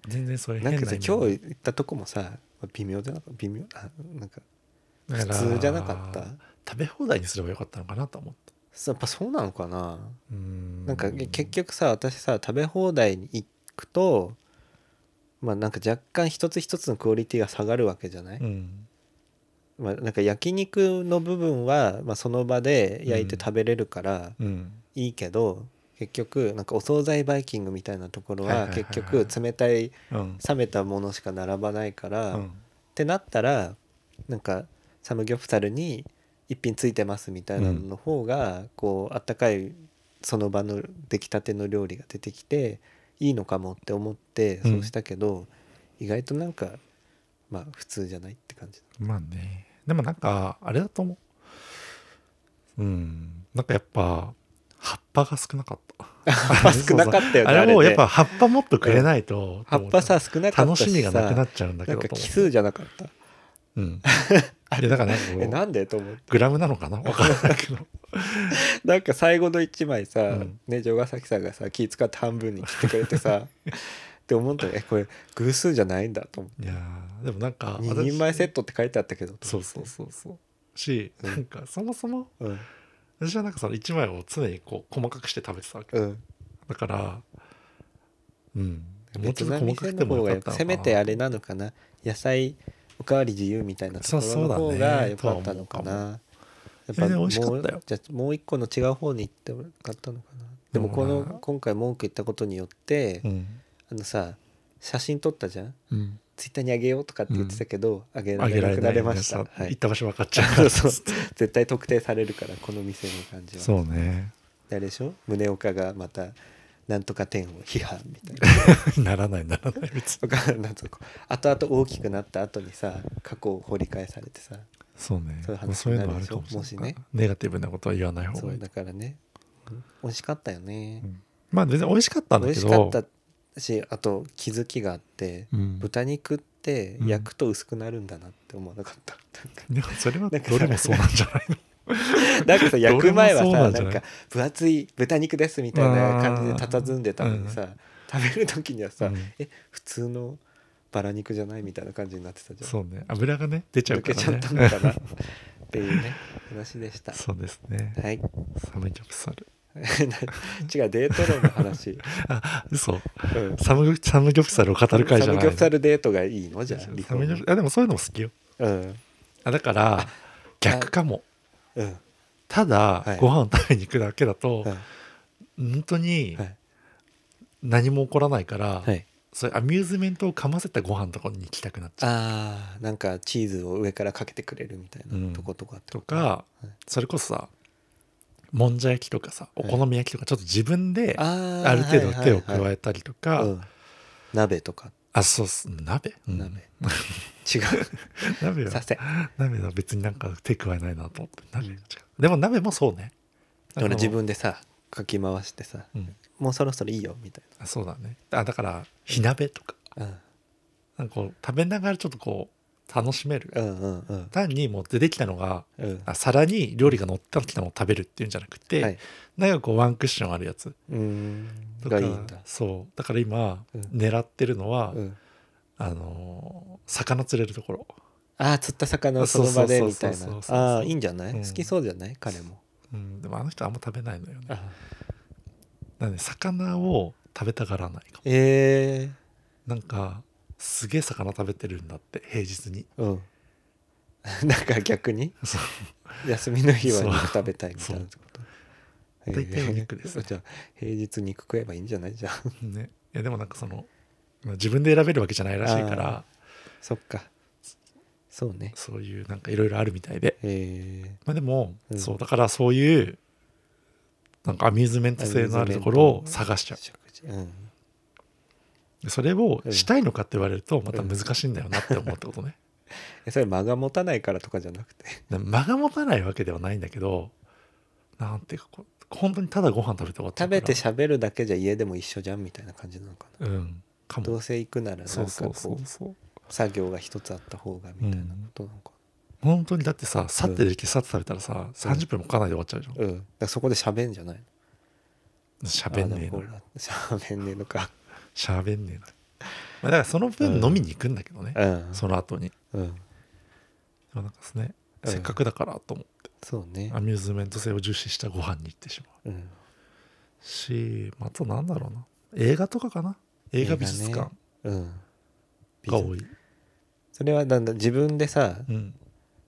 [SPEAKER 2] 全然そういう
[SPEAKER 1] なん
[SPEAKER 2] 変
[SPEAKER 1] か
[SPEAKER 2] な
[SPEAKER 1] さ
[SPEAKER 2] 意
[SPEAKER 1] 今
[SPEAKER 2] 味
[SPEAKER 1] 日行ったとこもさ微妙じゃなかった微妙あなんか
[SPEAKER 2] だから
[SPEAKER 1] 普通じゃなかった
[SPEAKER 2] 食べ放題にすればよかったのかなと思った
[SPEAKER 1] そうやっぱそうなのかな
[SPEAKER 2] うーん
[SPEAKER 1] なんか結局さ私さ食べ放題に行くとまあなんか若干一つ一つのクオリティが下がるわけじゃない、
[SPEAKER 2] うん
[SPEAKER 1] まあ、なんか焼肉の部分は、まあ、その場で焼いて食べれるから
[SPEAKER 2] うん
[SPEAKER 1] いいけど、結局なんかお惣菜バイキングみたいなところ
[SPEAKER 2] はいは
[SPEAKER 1] は
[SPEAKER 2] いはいはい
[SPEAKER 1] 結局冷たい
[SPEAKER 2] うん
[SPEAKER 1] 冷めたものしか並ばないから、
[SPEAKER 2] う
[SPEAKER 1] っ
[SPEAKER 2] ん
[SPEAKER 1] てなったらなんかサムギョプサルに一品ついてますみたいなのの方が、こうあったかいその場の出来たての料理が出てきていいのかもって思ってそうしたけど、意外となんかまあ普通じゃないって感じ
[SPEAKER 2] まあね。でもなんか、あれだと思う。うん。なんかやっぱ、葉っぱが少なかった。
[SPEAKER 1] 葉っぱ [LAUGHS] 少なかったよね
[SPEAKER 2] あれ
[SPEAKER 1] あれね
[SPEAKER 2] もうやっぱ葉っぱもっとくれないと。
[SPEAKER 1] 葉っぱさ少なかった
[SPEAKER 2] 楽
[SPEAKER 1] しさ
[SPEAKER 2] しみがなくなっちゃうんだけ
[SPEAKER 1] なん
[SPEAKER 2] ど
[SPEAKER 1] か
[SPEAKER 2] と思
[SPEAKER 1] 奇
[SPEAKER 2] う。
[SPEAKER 1] 数じゃなかった
[SPEAKER 2] うん。いやだから
[SPEAKER 1] [LAUGHS] え
[SPEAKER 2] なんかこう
[SPEAKER 1] なんでと思って
[SPEAKER 2] グラムなのかなわからないけ
[SPEAKER 1] [LAUGHS]
[SPEAKER 2] ど。
[SPEAKER 1] なんか最後の一枚さ、
[SPEAKER 2] うん
[SPEAKER 1] ね城ヶ崎さんがさ気使って半分に切ってくれて
[SPEAKER 2] [LAUGHS]
[SPEAKER 1] さって思ったらえこれ偶数じゃないんだと思
[SPEAKER 2] いやーでもなんか
[SPEAKER 1] って2人前セットって書いてあったけど
[SPEAKER 2] そうそうそうそう。し、
[SPEAKER 1] うん
[SPEAKER 2] なんかそもそも、
[SPEAKER 1] ううん
[SPEAKER 2] 私はなんかその1枚を常にこう細かくして食べてたわけ。
[SPEAKER 1] うん
[SPEAKER 2] だから、うん。もう
[SPEAKER 1] 別
[SPEAKER 2] ちょっと
[SPEAKER 1] な
[SPEAKER 2] 細か
[SPEAKER 1] 店の
[SPEAKER 2] くても
[SPEAKER 1] 方
[SPEAKER 2] よ
[SPEAKER 1] がや
[SPEAKER 2] かっ
[SPEAKER 1] ったぱ
[SPEAKER 2] の
[SPEAKER 1] せ
[SPEAKER 2] か
[SPEAKER 1] め
[SPEAKER 2] な
[SPEAKER 1] てあれなのかな野菜おかわり自由みたいなとこ
[SPEAKER 2] そ
[SPEAKER 1] ろ
[SPEAKER 2] う
[SPEAKER 1] の
[SPEAKER 2] そうだね
[SPEAKER 1] 方が良かったのか
[SPEAKER 2] とは
[SPEAKER 1] なやっ
[SPEAKER 2] それで美味しか
[SPEAKER 1] も
[SPEAKER 2] ったよ
[SPEAKER 1] うじゃあもう一個の違う方に行ってもよかったのかなでもこ
[SPEAKER 2] どうな
[SPEAKER 1] の今回文句言ったことによって、
[SPEAKER 2] うん。
[SPEAKER 1] あのさ写真撮ったじゃん
[SPEAKER 2] うん
[SPEAKER 1] ツイッターにあげようとかって言ってたけど、あげら
[SPEAKER 2] あ
[SPEAKER 1] れ
[SPEAKER 2] げら
[SPEAKER 1] な
[SPEAKER 2] れ
[SPEAKER 1] く
[SPEAKER 2] な
[SPEAKER 1] ないれ
[SPEAKER 2] ま
[SPEAKER 1] ま
[SPEAKER 2] し
[SPEAKER 1] したた、は
[SPEAKER 2] 行っ
[SPEAKER 1] い、
[SPEAKER 2] た場所分かっちゃうから
[SPEAKER 1] [LAUGHS] そう絶対特定されるからこの店の感じは
[SPEAKER 2] そうね [LAUGHS]
[SPEAKER 1] あれでしょ宗岡がまたなんとか店を批判みたいな
[SPEAKER 2] ならないならない別に
[SPEAKER 1] わかんないなんかこう後々大きくなった後にさ過去を掘り返されてさ
[SPEAKER 2] そうね
[SPEAKER 1] そういう話
[SPEAKER 2] もうそういうのはあるかもしれ
[SPEAKER 1] になるでしょも
[SPEAKER 2] ない
[SPEAKER 1] しね
[SPEAKER 2] ネガティブなことは言わない方
[SPEAKER 1] そ
[SPEAKER 2] がいうい
[SPEAKER 1] だからね美味しかったよね、
[SPEAKER 2] うんまあ全然美味しかったんだ
[SPEAKER 1] 美
[SPEAKER 2] け
[SPEAKER 1] 味
[SPEAKER 2] ど
[SPEAKER 1] しかったしあと気づきがあって、
[SPEAKER 2] うん
[SPEAKER 1] 豚肉って
[SPEAKER 2] うん
[SPEAKER 1] 焼くと薄くなるんだなって思わなかった、 [LAUGHS]
[SPEAKER 2] でもそれは
[SPEAKER 1] なんか
[SPEAKER 2] どれもそうなんじゃないの
[SPEAKER 1] なんかさ焼く前は
[SPEAKER 2] [LAUGHS] どれもそう
[SPEAKER 1] さ
[SPEAKER 2] なんじ
[SPEAKER 1] な
[SPEAKER 2] ゃ
[SPEAKER 1] ん
[SPEAKER 2] ない
[SPEAKER 1] か分厚い豚肉ですみたいな感じで佇んでたのにさ、食べる時にはさ、
[SPEAKER 2] うん
[SPEAKER 1] え普通のバラ肉じゃないみたいな感じになってたじゃん
[SPEAKER 2] そうね油がね出ちゃう
[SPEAKER 1] 抜
[SPEAKER 2] か
[SPEAKER 1] けちゃった
[SPEAKER 2] ら
[SPEAKER 1] の
[SPEAKER 2] ね
[SPEAKER 1] かなっていうね話でした
[SPEAKER 2] [LAUGHS] そうですね
[SPEAKER 1] はい
[SPEAKER 2] サムギョプサル
[SPEAKER 1] [LAUGHS] 違うデート論の話、
[SPEAKER 2] あ [LAUGHS] 嘘
[SPEAKER 1] うん、
[SPEAKER 2] サムギョサムギョプサルを語る会じゃない
[SPEAKER 1] サムギョプサルデートがいいのじゃあ
[SPEAKER 2] サ
[SPEAKER 1] 離
[SPEAKER 2] ム
[SPEAKER 1] 婚
[SPEAKER 2] ギョプサルあでもそういうのも好きよ
[SPEAKER 1] うん
[SPEAKER 2] あ
[SPEAKER 1] [LAUGHS]
[SPEAKER 2] だから逆かも
[SPEAKER 1] うん
[SPEAKER 2] ただ、
[SPEAKER 1] はい
[SPEAKER 2] ご飯食べに行くだけだと、
[SPEAKER 1] はい
[SPEAKER 2] 本当に
[SPEAKER 1] はい
[SPEAKER 2] 何も起こらないから、
[SPEAKER 1] はい
[SPEAKER 2] それアミューズメントをかませたご飯のとこに行きたくなっちゃう
[SPEAKER 1] あーなんかチーズを上からかけてくれるみたい
[SPEAKER 2] うん
[SPEAKER 1] なとことかって
[SPEAKER 2] と
[SPEAKER 1] こと
[SPEAKER 2] か、
[SPEAKER 1] い
[SPEAKER 2] それこそさもんじゃ焼きとかさお
[SPEAKER 1] はい
[SPEAKER 2] 好み焼きとかちょっと自分であ
[SPEAKER 1] あー
[SPEAKER 2] る程度手を
[SPEAKER 1] はいは
[SPEAKER 2] 加
[SPEAKER 1] い
[SPEAKER 2] えたりと
[SPEAKER 1] は
[SPEAKER 2] か、
[SPEAKER 1] いうん鍋とか
[SPEAKER 2] あそうっす鍋、うん [LAUGHS]
[SPEAKER 1] 鍋、違
[SPEAKER 2] 鍋
[SPEAKER 1] う
[SPEAKER 2] は
[SPEAKER 1] させ
[SPEAKER 2] 鍋は別になんか手加えないなと思って鍋は違うでも鍋もそうね
[SPEAKER 1] だから自分でさかき回してさ
[SPEAKER 2] うん
[SPEAKER 1] もうそろそろいいよみたい
[SPEAKER 2] あそうだねあだから火鍋とか
[SPEAKER 1] な
[SPEAKER 2] なんかこう食べながらちょっとこう楽しめる、
[SPEAKER 1] うんうんうん
[SPEAKER 2] 単にもう出てきたのが
[SPEAKER 1] うんうん
[SPEAKER 2] あ皿に料理が乗ってきたのを食べるっていうんじゃなくて、
[SPEAKER 1] はい
[SPEAKER 2] なんかこうワンクッションあるやつ
[SPEAKER 1] うーん
[SPEAKER 2] と
[SPEAKER 1] が
[SPEAKER 2] か
[SPEAKER 1] いいんだ
[SPEAKER 2] そうだから今
[SPEAKER 1] うん
[SPEAKER 2] 狙ってるのは、
[SPEAKER 1] うん
[SPEAKER 2] あのー魚釣れるところ
[SPEAKER 1] ああ釣った魚をその場でみたい
[SPEAKER 2] そ
[SPEAKER 1] な
[SPEAKER 2] うそうそうそうそう
[SPEAKER 1] ああーいいんじゃない
[SPEAKER 2] うん
[SPEAKER 1] 好きそうじゃない彼も
[SPEAKER 2] うんでもあの人あんま食べないのよね
[SPEAKER 1] あ
[SPEAKER 2] なんで魚を食べたがらないかも
[SPEAKER 1] え
[SPEAKER 2] なんかすげえ魚食べてるんだって平日に
[SPEAKER 1] えうん [LAUGHS] なんか逆に
[SPEAKER 2] そう
[SPEAKER 1] 休みの日は
[SPEAKER 2] そう
[SPEAKER 1] 肉食べたいみたいなってことえ
[SPEAKER 2] 大体は肉ですね
[SPEAKER 1] じゃあ平日肉食えばいいんじゃないじゃん
[SPEAKER 2] [LAUGHS] ねいやでもなんかそのまあ自分で選べるわけじゃないらしいか
[SPEAKER 1] あ
[SPEAKER 2] ら
[SPEAKER 1] [LAUGHS] そっかそうね
[SPEAKER 2] そういうなんかいろいろあるみたいで
[SPEAKER 1] え
[SPEAKER 2] まあでも、
[SPEAKER 1] うん
[SPEAKER 2] そうだからそういうなんかアミューズメント性のあるところを探しち
[SPEAKER 1] ー
[SPEAKER 2] ゃ
[SPEAKER 1] 食事うん
[SPEAKER 2] うそれをしたいのかって言われるとまた難しいんだよなって思うってこと
[SPEAKER 1] [LAUGHS]
[SPEAKER 2] ね、
[SPEAKER 1] えそれ間が持たないからとかじゃなく
[SPEAKER 2] [LAUGHS]
[SPEAKER 1] て
[SPEAKER 2] で間が持たないわけではないんだけどなんていうかこう本当にただご飯食べて終わっちゃ
[SPEAKER 1] 食
[SPEAKER 2] うか
[SPEAKER 1] べ
[SPEAKER 2] ら
[SPEAKER 1] て喋るだけじゃ家でも一緒じゃんみたいな感じなのかな
[SPEAKER 2] うんか
[SPEAKER 1] ど
[SPEAKER 2] も
[SPEAKER 1] うせ行くならなんか
[SPEAKER 2] そうそうそ
[SPEAKER 1] こ
[SPEAKER 2] うそう
[SPEAKER 1] う作業が一つあった方がみたいなことなのか
[SPEAKER 2] 本当にだってささってできてさって食べたらさ30分もかかないで終わっちゃうじゃん
[SPEAKER 1] なうんだからそこで喋んじゃないの
[SPEAKER 2] 喋
[SPEAKER 1] あ
[SPEAKER 2] んねえの
[SPEAKER 1] でもこう喋んねえの
[SPEAKER 2] [LAUGHS]
[SPEAKER 1] か
[SPEAKER 2] 喋んねえのまあだからその分飲みに行くんだけどね
[SPEAKER 1] うん
[SPEAKER 2] その後にで
[SPEAKER 1] うん
[SPEAKER 2] もなんかですね
[SPEAKER 1] うん
[SPEAKER 2] せっかくだからと思って
[SPEAKER 1] そうね
[SPEAKER 2] アミューズメント性を重視したご飯に行ってしまう
[SPEAKER 1] うん
[SPEAKER 2] しまああとなんだろうな映画とかかな映画美術館
[SPEAKER 1] うん
[SPEAKER 2] が多い、
[SPEAKER 1] それはだんだん自分でさ
[SPEAKER 2] うん、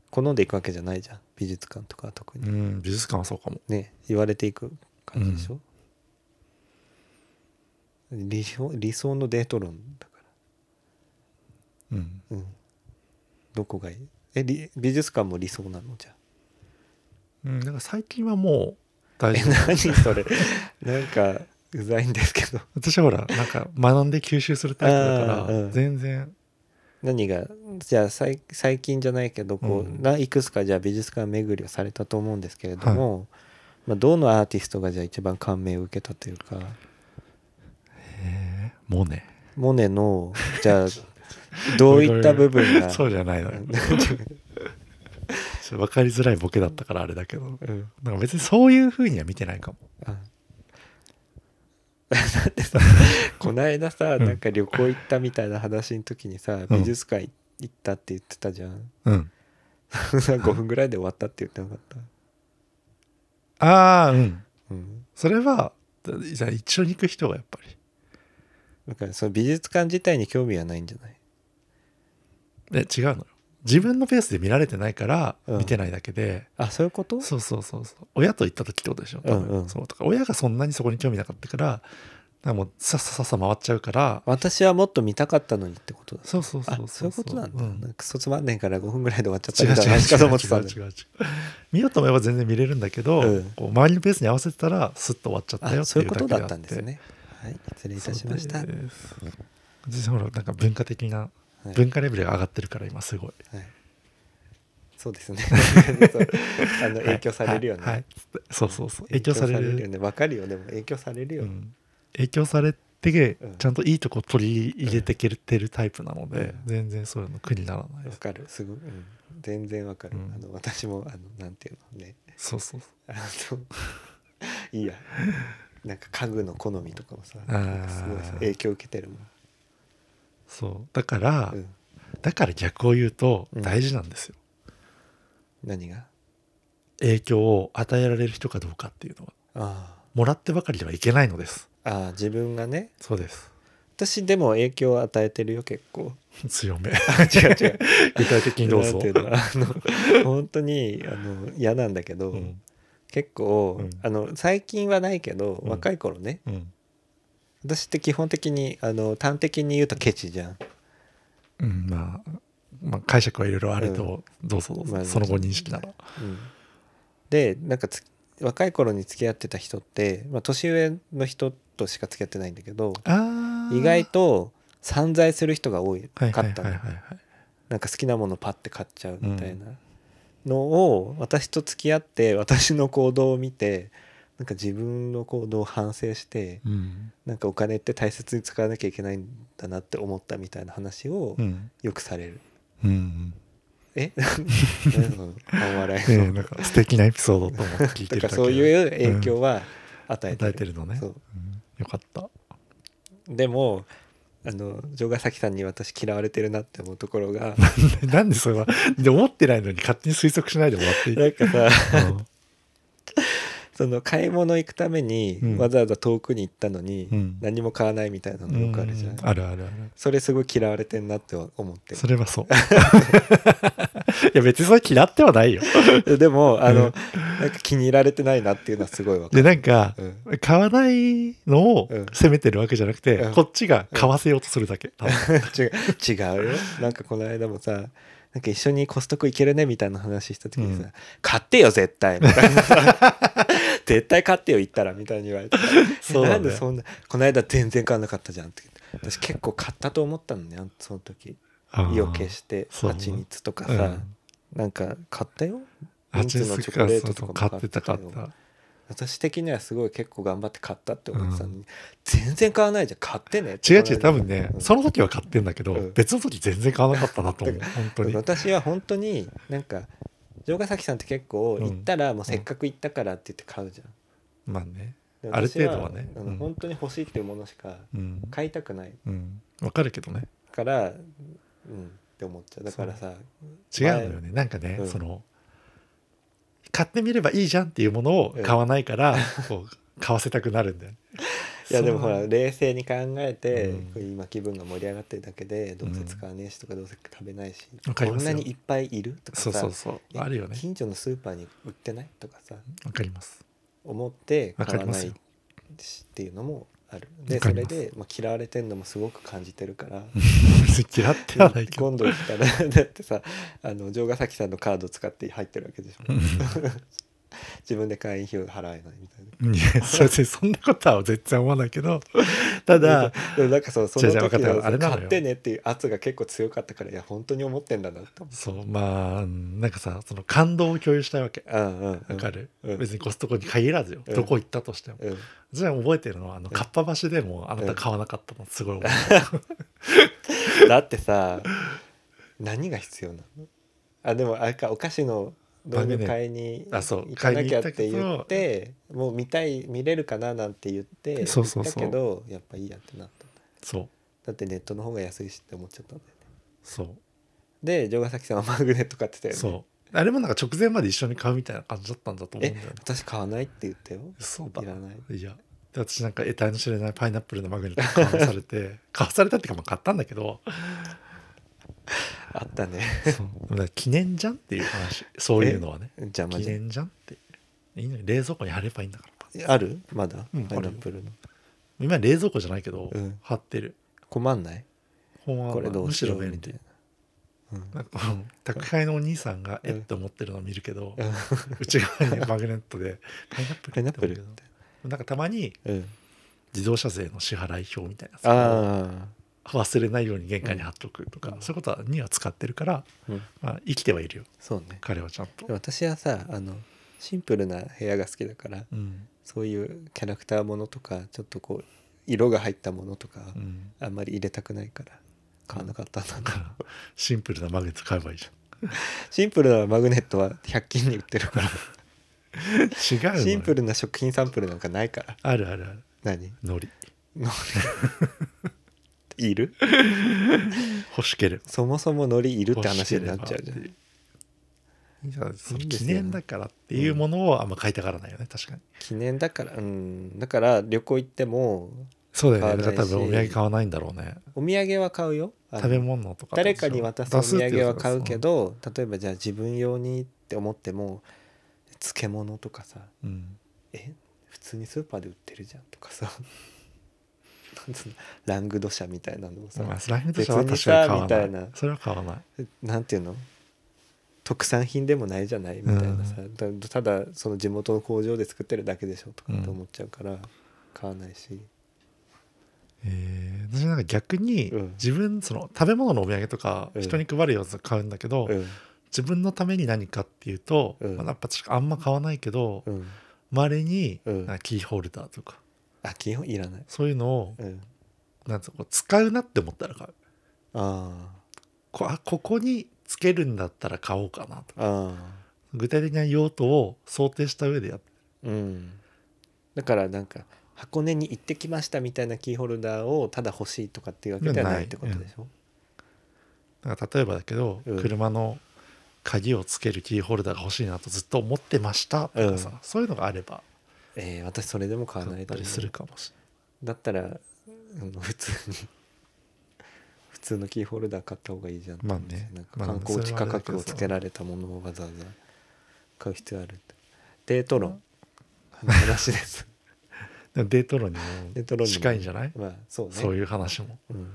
[SPEAKER 1] 好んでいくわけじゃないじゃん美術館とかは特
[SPEAKER 2] う
[SPEAKER 1] に、
[SPEAKER 2] ん、美術館はそうかも
[SPEAKER 1] ね言われていく感じでしょ、理想理想のデート論だか
[SPEAKER 2] うん
[SPEAKER 1] ら、うん、どこがいいえり美術館も理想なのじゃあ
[SPEAKER 2] うんなんか最近はもう大
[SPEAKER 1] え [LAUGHS]
[SPEAKER 2] 丈夫
[SPEAKER 1] 何そ
[SPEAKER 2] [LAUGHS]
[SPEAKER 1] れなんかうざいんですけど
[SPEAKER 2] 私はほらなんか学んで吸収するタイプだ
[SPEAKER 1] あ
[SPEAKER 2] から
[SPEAKER 1] ーうん
[SPEAKER 2] 全然
[SPEAKER 1] 何がじゃあさい最近じゃないけどこう、
[SPEAKER 2] うん
[SPEAKER 1] ないくつかじゃあ美術館巡りをされたと思うんですけれども、まあ、どのアーティストがじゃあ一番感銘を受けたというか
[SPEAKER 2] えーもうね
[SPEAKER 1] モネのじ
[SPEAKER 2] [LAUGHS]
[SPEAKER 1] ゃあどういった部分が
[SPEAKER 2] そうじゃないのよ [LAUGHS] ちょっと分かりづらいボケだったからあれだけど
[SPEAKER 1] うん
[SPEAKER 2] なんか別にそういう風には見てないかも
[SPEAKER 1] あ [LAUGHS] だって
[SPEAKER 2] [LAUGHS]
[SPEAKER 1] さこないださ
[SPEAKER 2] ん
[SPEAKER 1] なんか旅行行ったみたいな話の時にさ
[SPEAKER 2] うん
[SPEAKER 1] 美術館行ったって言ってたじゃん [LAUGHS]
[SPEAKER 2] うん
[SPEAKER 1] 5分ぐらいで終わったって言ってなかった、
[SPEAKER 2] ああうん
[SPEAKER 1] うん、
[SPEAKER 2] それはだじゃあ一緒に行く人がやっぱり
[SPEAKER 1] だからその美術館自体に興味はないんじゃない
[SPEAKER 2] え違うのよ自分のペースで見られてないから
[SPEAKER 1] うん
[SPEAKER 2] 見てないだけで、
[SPEAKER 1] あそういうこと
[SPEAKER 2] そうそうそうそう親と行った時ってことでしょ多分、
[SPEAKER 1] うんうん
[SPEAKER 2] そうとか親がそんなにそこに興味なかったかららもうさっささっさ回っちゃうから
[SPEAKER 1] 私はもっと見たかったのにってことだ
[SPEAKER 2] そうそうそう
[SPEAKER 1] あそういうことなんだ、
[SPEAKER 2] ん
[SPEAKER 1] なんか卒まんねえから5分ぐらいで終わっちゃったみ
[SPEAKER 2] 違う違う
[SPEAKER 1] たいな話かと思って
[SPEAKER 2] 違 [LAUGHS]
[SPEAKER 1] た
[SPEAKER 2] うん
[SPEAKER 1] だ
[SPEAKER 2] 違う違う違う見ようと思えば全然見れるんだけど、
[SPEAKER 1] うん
[SPEAKER 2] こう周りのペースに合わせてたらスッと終わっちゃった
[SPEAKER 1] あ
[SPEAKER 2] よって
[SPEAKER 1] そう
[SPEAKER 2] い
[SPEAKER 1] いうう
[SPEAKER 2] だ
[SPEAKER 1] こ
[SPEAKER 2] け
[SPEAKER 1] と
[SPEAKER 2] であ
[SPEAKER 1] だった
[SPEAKER 2] って
[SPEAKER 1] んですねはい失礼いたしました
[SPEAKER 2] そうです実際ほらなんか文化的な
[SPEAKER 1] はい
[SPEAKER 2] 文化レベルが上がってるから今すごい
[SPEAKER 1] はい、そうですね [LAUGHS] そうあの影響されるよね、
[SPEAKER 2] はいはいはいそうそうそう影響され
[SPEAKER 1] よ
[SPEAKER 2] る
[SPEAKER 1] ねわかるよでも影響されるよ、
[SPEAKER 2] うん影響されて
[SPEAKER 1] うん
[SPEAKER 2] ちゃんといいとこ取り入れてけてるタイプなので
[SPEAKER 1] うん
[SPEAKER 2] 全然そういうの苦にならないで
[SPEAKER 1] わ
[SPEAKER 2] す
[SPEAKER 1] かるすごい、うん全然わかる、
[SPEAKER 2] うん
[SPEAKER 1] あの私もあのなんていうのね
[SPEAKER 2] そうそうそう
[SPEAKER 1] あの [LAUGHS] いいやなんか家具の好みとかもさ
[SPEAKER 2] あー
[SPEAKER 1] すごいさ影響受けてるもん、
[SPEAKER 2] そうだから
[SPEAKER 1] うん、
[SPEAKER 2] だから逆を言うと
[SPEAKER 1] うん
[SPEAKER 2] 大事なんですよ
[SPEAKER 1] 何が
[SPEAKER 2] 影響を与えられる人かどうかっていうのは
[SPEAKER 1] あ
[SPEAKER 2] もらってばかりではいけないのです
[SPEAKER 1] ーあー自分がね
[SPEAKER 2] そうです
[SPEAKER 1] 私でも影響を与えてるよ結構
[SPEAKER 2] 強
[SPEAKER 1] [LAUGHS]
[SPEAKER 2] め
[SPEAKER 1] 違う違う
[SPEAKER 2] 具体的にどうぞ
[SPEAKER 1] なんていうのあの本当にあの嫌なんだけど、
[SPEAKER 2] うん
[SPEAKER 1] 結構、
[SPEAKER 2] うん
[SPEAKER 1] あの最近はないけど、
[SPEAKER 2] うん
[SPEAKER 1] 若い頃ね
[SPEAKER 2] うん
[SPEAKER 1] 私って基本的にあの端的に言うとケチじゃん、
[SPEAKER 2] うんまあまあ解釈はいろいろあるとどうぞどう
[SPEAKER 1] ま
[SPEAKER 2] ぞ
[SPEAKER 1] あ
[SPEAKER 2] その後認識なら
[SPEAKER 1] うんでなんかつ若い頃に付き合ってた人って、まあ、年上の人としか付き合ってないんだけど
[SPEAKER 2] あー
[SPEAKER 1] 意外と散財する人が多いか
[SPEAKER 2] はいはい
[SPEAKER 1] った
[SPEAKER 2] はい
[SPEAKER 1] の
[SPEAKER 2] はいはい
[SPEAKER 1] なんか好きなものパッて買っちゃうみたいなのを私と付き合って私の行動を見てなんか自分の行動を反省して
[SPEAKER 2] うん
[SPEAKER 1] なんかお金って大切に使わなきゃいけないんだなって思ったみたいな話を
[SPEAKER 2] うん
[SPEAKER 1] よくされる。
[SPEAKER 2] うん
[SPEAKER 1] え [LAUGHS] 何その半笑い
[SPEAKER 2] ね
[SPEAKER 1] の
[SPEAKER 2] なんか素敵なエピソードと思って聞いて
[SPEAKER 1] だか
[SPEAKER 2] るだ
[SPEAKER 1] ら
[SPEAKER 2] け
[SPEAKER 1] そういう影響は与えて
[SPEAKER 2] 与え
[SPEAKER 1] る
[SPEAKER 2] てるのね、
[SPEAKER 1] そう
[SPEAKER 2] うんよかった [LAUGHS]
[SPEAKER 1] でもあの城ヶ崎さんに私嫌われてるなって思うところ
[SPEAKER 2] [LAUGHS]
[SPEAKER 1] が
[SPEAKER 2] でなんでそれはで思ってないのに勝手に推測しないで終わっていい
[SPEAKER 1] なんかさ
[SPEAKER 2] うん
[SPEAKER 1] その買い物行くために
[SPEAKER 2] うん
[SPEAKER 1] わざわざ遠くに行ったのに
[SPEAKER 2] うん
[SPEAKER 1] 何も買わないみたいなのよくあるじゃん
[SPEAKER 2] うあるあるある
[SPEAKER 1] それすごい嫌われてんなって思って
[SPEAKER 2] それはそう
[SPEAKER 1] [LAUGHS]
[SPEAKER 2] いや別にそれ嫌ってはないよ
[SPEAKER 1] るでもあ
[SPEAKER 2] う
[SPEAKER 1] の
[SPEAKER 2] ん
[SPEAKER 1] なんか気に入られてないなっていうのはすごいわか
[SPEAKER 2] で
[SPEAKER 1] る
[SPEAKER 2] なんか
[SPEAKER 1] うん
[SPEAKER 2] 買わないのを
[SPEAKER 1] うん
[SPEAKER 2] 責めてるわけじゃなくて、
[SPEAKER 1] うん
[SPEAKER 2] こっちが買わせようとする
[SPEAKER 1] [LAUGHS]
[SPEAKER 2] だけ、多分
[SPEAKER 1] 違う違うよなんかこの間もさなんか一緒にコストコ行けるねみたいな話した時にさ「
[SPEAKER 2] うん
[SPEAKER 1] 買ってよ絶対」みたい
[SPEAKER 2] [LAUGHS]
[SPEAKER 1] なさ「絶対買ってよ行ったら」みたいに言われて
[SPEAKER 2] そう
[SPEAKER 1] な
[SPEAKER 2] なんんだ
[SPEAKER 1] で
[SPEAKER 2] よ
[SPEAKER 1] そんなこの間全然買わなかったじゃん」って言って私結構買ったと思ったのねあのその時
[SPEAKER 2] あー
[SPEAKER 1] 意を消して
[SPEAKER 2] そう
[SPEAKER 1] 蜂蜜とか
[SPEAKER 2] う
[SPEAKER 1] さ
[SPEAKER 2] ん
[SPEAKER 1] なんか買ったよミン
[SPEAKER 2] 蜂
[SPEAKER 1] ツのチョ
[SPEAKER 2] 蜜と
[SPEAKER 1] コ
[SPEAKER 2] か
[SPEAKER 1] レー
[SPEAKER 2] そ
[SPEAKER 1] ト
[SPEAKER 2] う
[SPEAKER 1] と
[SPEAKER 2] そ
[SPEAKER 1] かも
[SPEAKER 2] う買ってた
[SPEAKER 1] 買
[SPEAKER 2] 買
[SPEAKER 1] っ
[SPEAKER 2] って
[SPEAKER 1] たよ
[SPEAKER 2] た
[SPEAKER 1] 私的にはすごい結構頑張って買ったって思ってたのに全然買わないじゃん買ってねって
[SPEAKER 2] 違う違う多分
[SPEAKER 1] この間
[SPEAKER 2] ね、
[SPEAKER 1] うん
[SPEAKER 2] その時は買ってんだけど、
[SPEAKER 1] うん
[SPEAKER 2] 別の時全然買わなかったなと思う本当に
[SPEAKER 1] 私は本当になんか城ヶ崎さんって結構
[SPEAKER 2] うん
[SPEAKER 1] 行ったらもうせっかく行ったからって言って買うじゃん、
[SPEAKER 2] まあね
[SPEAKER 1] で
[SPEAKER 2] ある
[SPEAKER 1] 私
[SPEAKER 2] 程度はね
[SPEAKER 1] あ
[SPEAKER 2] う
[SPEAKER 1] の
[SPEAKER 2] ん
[SPEAKER 1] 本当に欲しいっていうものしか
[SPEAKER 2] うん
[SPEAKER 1] 買いたくない
[SPEAKER 2] うんわかるけどね
[SPEAKER 1] からうんって思っちゃうだからさ
[SPEAKER 2] 違うんだよねなんかね、
[SPEAKER 1] うん
[SPEAKER 2] その買ってみればいいじゃんっていうものを買わない
[SPEAKER 1] [LAUGHS]
[SPEAKER 2] から、こう買わせたくなるんだよね
[SPEAKER 1] いやでも
[SPEAKER 2] そ
[SPEAKER 1] ほ
[SPEAKER 2] う
[SPEAKER 1] ら冷静に考えて、
[SPEAKER 2] うん
[SPEAKER 1] こう今気分が盛り上がってるだけでどうせ使わねえしとかどうせ食べないし、
[SPEAKER 2] わかり
[SPEAKER 1] こん
[SPEAKER 2] ます
[SPEAKER 1] な
[SPEAKER 2] よ
[SPEAKER 1] にいっぱいいるとか
[SPEAKER 2] そ
[SPEAKER 1] さ
[SPEAKER 2] うそうそう
[SPEAKER 1] え
[SPEAKER 2] あるよね
[SPEAKER 1] 近所のスーパーに売ってないとかさ
[SPEAKER 2] わかります [LAUGHS]
[SPEAKER 1] 思って
[SPEAKER 2] わ
[SPEAKER 1] 買
[SPEAKER 2] かり
[SPEAKER 1] わ
[SPEAKER 2] ま
[SPEAKER 1] な
[SPEAKER 2] す
[SPEAKER 1] い
[SPEAKER 2] よ
[SPEAKER 1] しっていうのもあるで
[SPEAKER 2] わか
[SPEAKER 1] そ
[SPEAKER 2] りま
[SPEAKER 1] れ
[SPEAKER 2] す
[SPEAKER 1] で、まあ、嫌われてんのもすごく感じてるから
[SPEAKER 2] 別に [LAUGHS] 嫌ってはないけど
[SPEAKER 1] 今度行ったらだってさあの城ヶ崎さんのカード使って入ってるわけでしょ自分で会員費を払えないみたいない
[SPEAKER 2] [LAUGHS] やそれでそんなことは絶対思わない
[SPEAKER 1] [LAUGHS]
[SPEAKER 2] けどただ
[SPEAKER 1] でもなんかそうその
[SPEAKER 2] 違う違う
[SPEAKER 1] 時
[SPEAKER 2] 分かった
[SPEAKER 1] の
[SPEAKER 2] あれなのよ
[SPEAKER 1] 買ってねっていう圧が結構強かったからいや本当に思ってんだなって思
[SPEAKER 2] そうまあうんなんかさその感動を共有したいわけ
[SPEAKER 1] ううんうんうん
[SPEAKER 2] わかる、
[SPEAKER 1] うん
[SPEAKER 2] 別にコストコに限らずよ、
[SPEAKER 1] うん
[SPEAKER 2] どこ行ったとしても [LAUGHS]
[SPEAKER 1] うん
[SPEAKER 2] じゃあ覚えてるのはあのかっぱ橋でもあなた買わなかったのすごい覚え
[SPEAKER 1] [LAUGHS]
[SPEAKER 2] てる
[SPEAKER 1] だってさ何が必要なのあでもあれかお菓子の道具買いに
[SPEAKER 2] あそう
[SPEAKER 1] 行かなきゃって
[SPEAKER 2] 買いに
[SPEAKER 1] 言
[SPEAKER 2] 行
[SPEAKER 1] っ
[SPEAKER 2] った
[SPEAKER 1] てもう見たい見れるかななんて言って
[SPEAKER 2] そうそう
[SPEAKER 1] 行っ
[SPEAKER 2] そう
[SPEAKER 1] たけどやっぱいいやってなった
[SPEAKER 2] そう
[SPEAKER 1] だってネットの方が安いしって思っちゃったんだよね
[SPEAKER 2] そう
[SPEAKER 1] で城ヶ崎さんはマグネット買ってたよね
[SPEAKER 2] そうあれもなんか直前まで一緒に買うみたいな感じだったんだと思うん
[SPEAKER 1] え
[SPEAKER 2] だよね
[SPEAKER 1] 私買わないって言ったよ
[SPEAKER 2] そうだ
[SPEAKER 1] いらない
[SPEAKER 2] いやで私なんか得体の知れないパイナップルのマグネット買わされ [LAUGHS] て買わされたっていうかまあ買ったんだけど
[SPEAKER 1] あったね [LAUGHS]
[SPEAKER 2] そうだから記念じゃんっていう [LAUGHS] 話そういうのはね
[SPEAKER 1] 邪魔
[SPEAKER 2] 記
[SPEAKER 1] じゃん
[SPEAKER 2] 念じゃんっていいのに冷蔵庫に貼ればいいんだから
[SPEAKER 1] あるまだ
[SPEAKER 2] うん
[SPEAKER 1] パイナップルの
[SPEAKER 2] 今冷蔵庫じゃないけど、
[SPEAKER 1] うん
[SPEAKER 2] 貼ってる
[SPEAKER 1] 困んない
[SPEAKER 2] ほんまは
[SPEAKER 1] これどう
[SPEAKER 2] む
[SPEAKER 1] し
[SPEAKER 2] し
[SPEAKER 1] よ
[SPEAKER 2] ろ
[SPEAKER 1] う
[SPEAKER 2] 便
[SPEAKER 1] み
[SPEAKER 2] 利
[SPEAKER 1] たい
[SPEAKER 2] で
[SPEAKER 1] な。うん
[SPEAKER 2] なんかこの宅配のお兄さんが
[SPEAKER 1] うん
[SPEAKER 2] えって思ってるの見るけど、
[SPEAKER 1] うん
[SPEAKER 2] 内側にマグネットで [LAUGHS] パイナップル
[SPEAKER 1] パイナップル
[SPEAKER 2] [LAUGHS] って思うけどなんかたまに
[SPEAKER 1] うん、
[SPEAKER 2] 自動車税の支払い表みたいなや
[SPEAKER 1] あ
[SPEAKER 2] つを忘れないように玄関に貼っとくとか、
[SPEAKER 1] うん
[SPEAKER 2] そういうことはには使ってるから、
[SPEAKER 1] あ、うん、
[SPEAKER 2] まあ、生きてはいるよ
[SPEAKER 1] そうね
[SPEAKER 2] 彼はちゃんと
[SPEAKER 1] でも、私はさあのシンプルな部屋が好きだから
[SPEAKER 2] うん
[SPEAKER 1] そういうキャラクターものとかちょっとこう色が入ったものとか、
[SPEAKER 2] うん、 [LAUGHS]
[SPEAKER 1] あんまり入れたくないから買わな [LAUGHS] かったんだ
[SPEAKER 2] だからシンプルなマグネット買えばいいじ
[SPEAKER 1] シンプルなマグネットは100均に売ってる
[SPEAKER 2] [LAUGHS]
[SPEAKER 1] から
[SPEAKER 2] ゃん違うのよ
[SPEAKER 1] シンプルな食品サンプルなんかないから
[SPEAKER 2] あるあるある
[SPEAKER 1] 何
[SPEAKER 2] のり
[SPEAKER 1] 海苔いる
[SPEAKER 2] 欲しければ
[SPEAKER 1] そもそも海苔いるって話になっちゃうじゃん
[SPEAKER 2] ゃんその
[SPEAKER 1] いいんです
[SPEAKER 2] 記
[SPEAKER 1] よ
[SPEAKER 2] 念だからっていうものをあんま買いたがらないよね確かに
[SPEAKER 1] 記念だからうんだから旅行行っても
[SPEAKER 2] そうだよね
[SPEAKER 1] 買わないし
[SPEAKER 2] だから多分お土産買わないんだろうね
[SPEAKER 1] お土産は買うよあの
[SPEAKER 2] 食べ物とか
[SPEAKER 1] 誰かに渡すお土
[SPEAKER 2] 出って
[SPEAKER 1] 産
[SPEAKER 2] や
[SPEAKER 1] は
[SPEAKER 2] つ
[SPEAKER 1] 買うけど例えばじゃあ自分用にって思っても漬物とかさ
[SPEAKER 2] うん
[SPEAKER 1] え普通にスーパーで売ってるじゃんとかさ [LAUGHS] なんつうのラングド社みたいなのをさ、
[SPEAKER 2] まあスライムとしては確かに買わ
[SPEAKER 1] 別にさ
[SPEAKER 2] な
[SPEAKER 1] みたい
[SPEAKER 2] い
[SPEAKER 1] な
[SPEAKER 2] それは買わない
[SPEAKER 1] なんていうの特産品でもないじゃないみたいなさ、だただその地元の工場で作ってるだけでしょとかって思っちゃうから買わないし、
[SPEAKER 2] えー私なんか逆に
[SPEAKER 1] うん
[SPEAKER 2] 自分その食べ物のお土産とか
[SPEAKER 1] うん
[SPEAKER 2] 人に配るやつ買うんだけど
[SPEAKER 1] うん
[SPEAKER 2] 自分のために何かっていうと
[SPEAKER 1] うん
[SPEAKER 2] まあやっぱ確かあんま買わないけど
[SPEAKER 1] うん、
[SPEAKER 2] まれに
[SPEAKER 1] うん
[SPEAKER 2] なんかキーホルダーとか
[SPEAKER 1] あ基本いらない、
[SPEAKER 2] そういうのを
[SPEAKER 1] うん、
[SPEAKER 2] なんつうのこう使うなって思ったら買う
[SPEAKER 1] あ
[SPEAKER 2] こあここにつけるんだったら買おうかなと
[SPEAKER 1] あああ
[SPEAKER 2] 具体的な用途を想定した上でやって
[SPEAKER 1] うんだからなんか箱根に行ってきましたみたいなキーホルダーをただ欲しいとかっていうわけではないってことでしょ、
[SPEAKER 2] なんか例えばだけど、
[SPEAKER 1] うん
[SPEAKER 2] 車の鍵をつけるキーホルダーが欲しいなとずっと思ってましたとかさ、
[SPEAKER 1] うん
[SPEAKER 2] そういうのがあれば
[SPEAKER 1] えー私それでも買わな
[SPEAKER 2] 買っ
[SPEAKER 1] いと
[SPEAKER 2] た
[SPEAKER 1] 思
[SPEAKER 2] り
[SPEAKER 1] う
[SPEAKER 2] するかもし
[SPEAKER 1] だったら、うん、普通に [LAUGHS] 普通のキーホルダー買った方がいいじゃん
[SPEAKER 2] まあね
[SPEAKER 1] なんか
[SPEAKER 2] まあ
[SPEAKER 1] 観光地価格をつけられたものをわざわざ買う必要あるってデート論の話です
[SPEAKER 2] れないでもデート論に
[SPEAKER 1] デート論
[SPEAKER 2] も
[SPEAKER 1] にも
[SPEAKER 2] 近いんじゃない、
[SPEAKER 1] まあそうね
[SPEAKER 2] そういう話も
[SPEAKER 1] うん、ね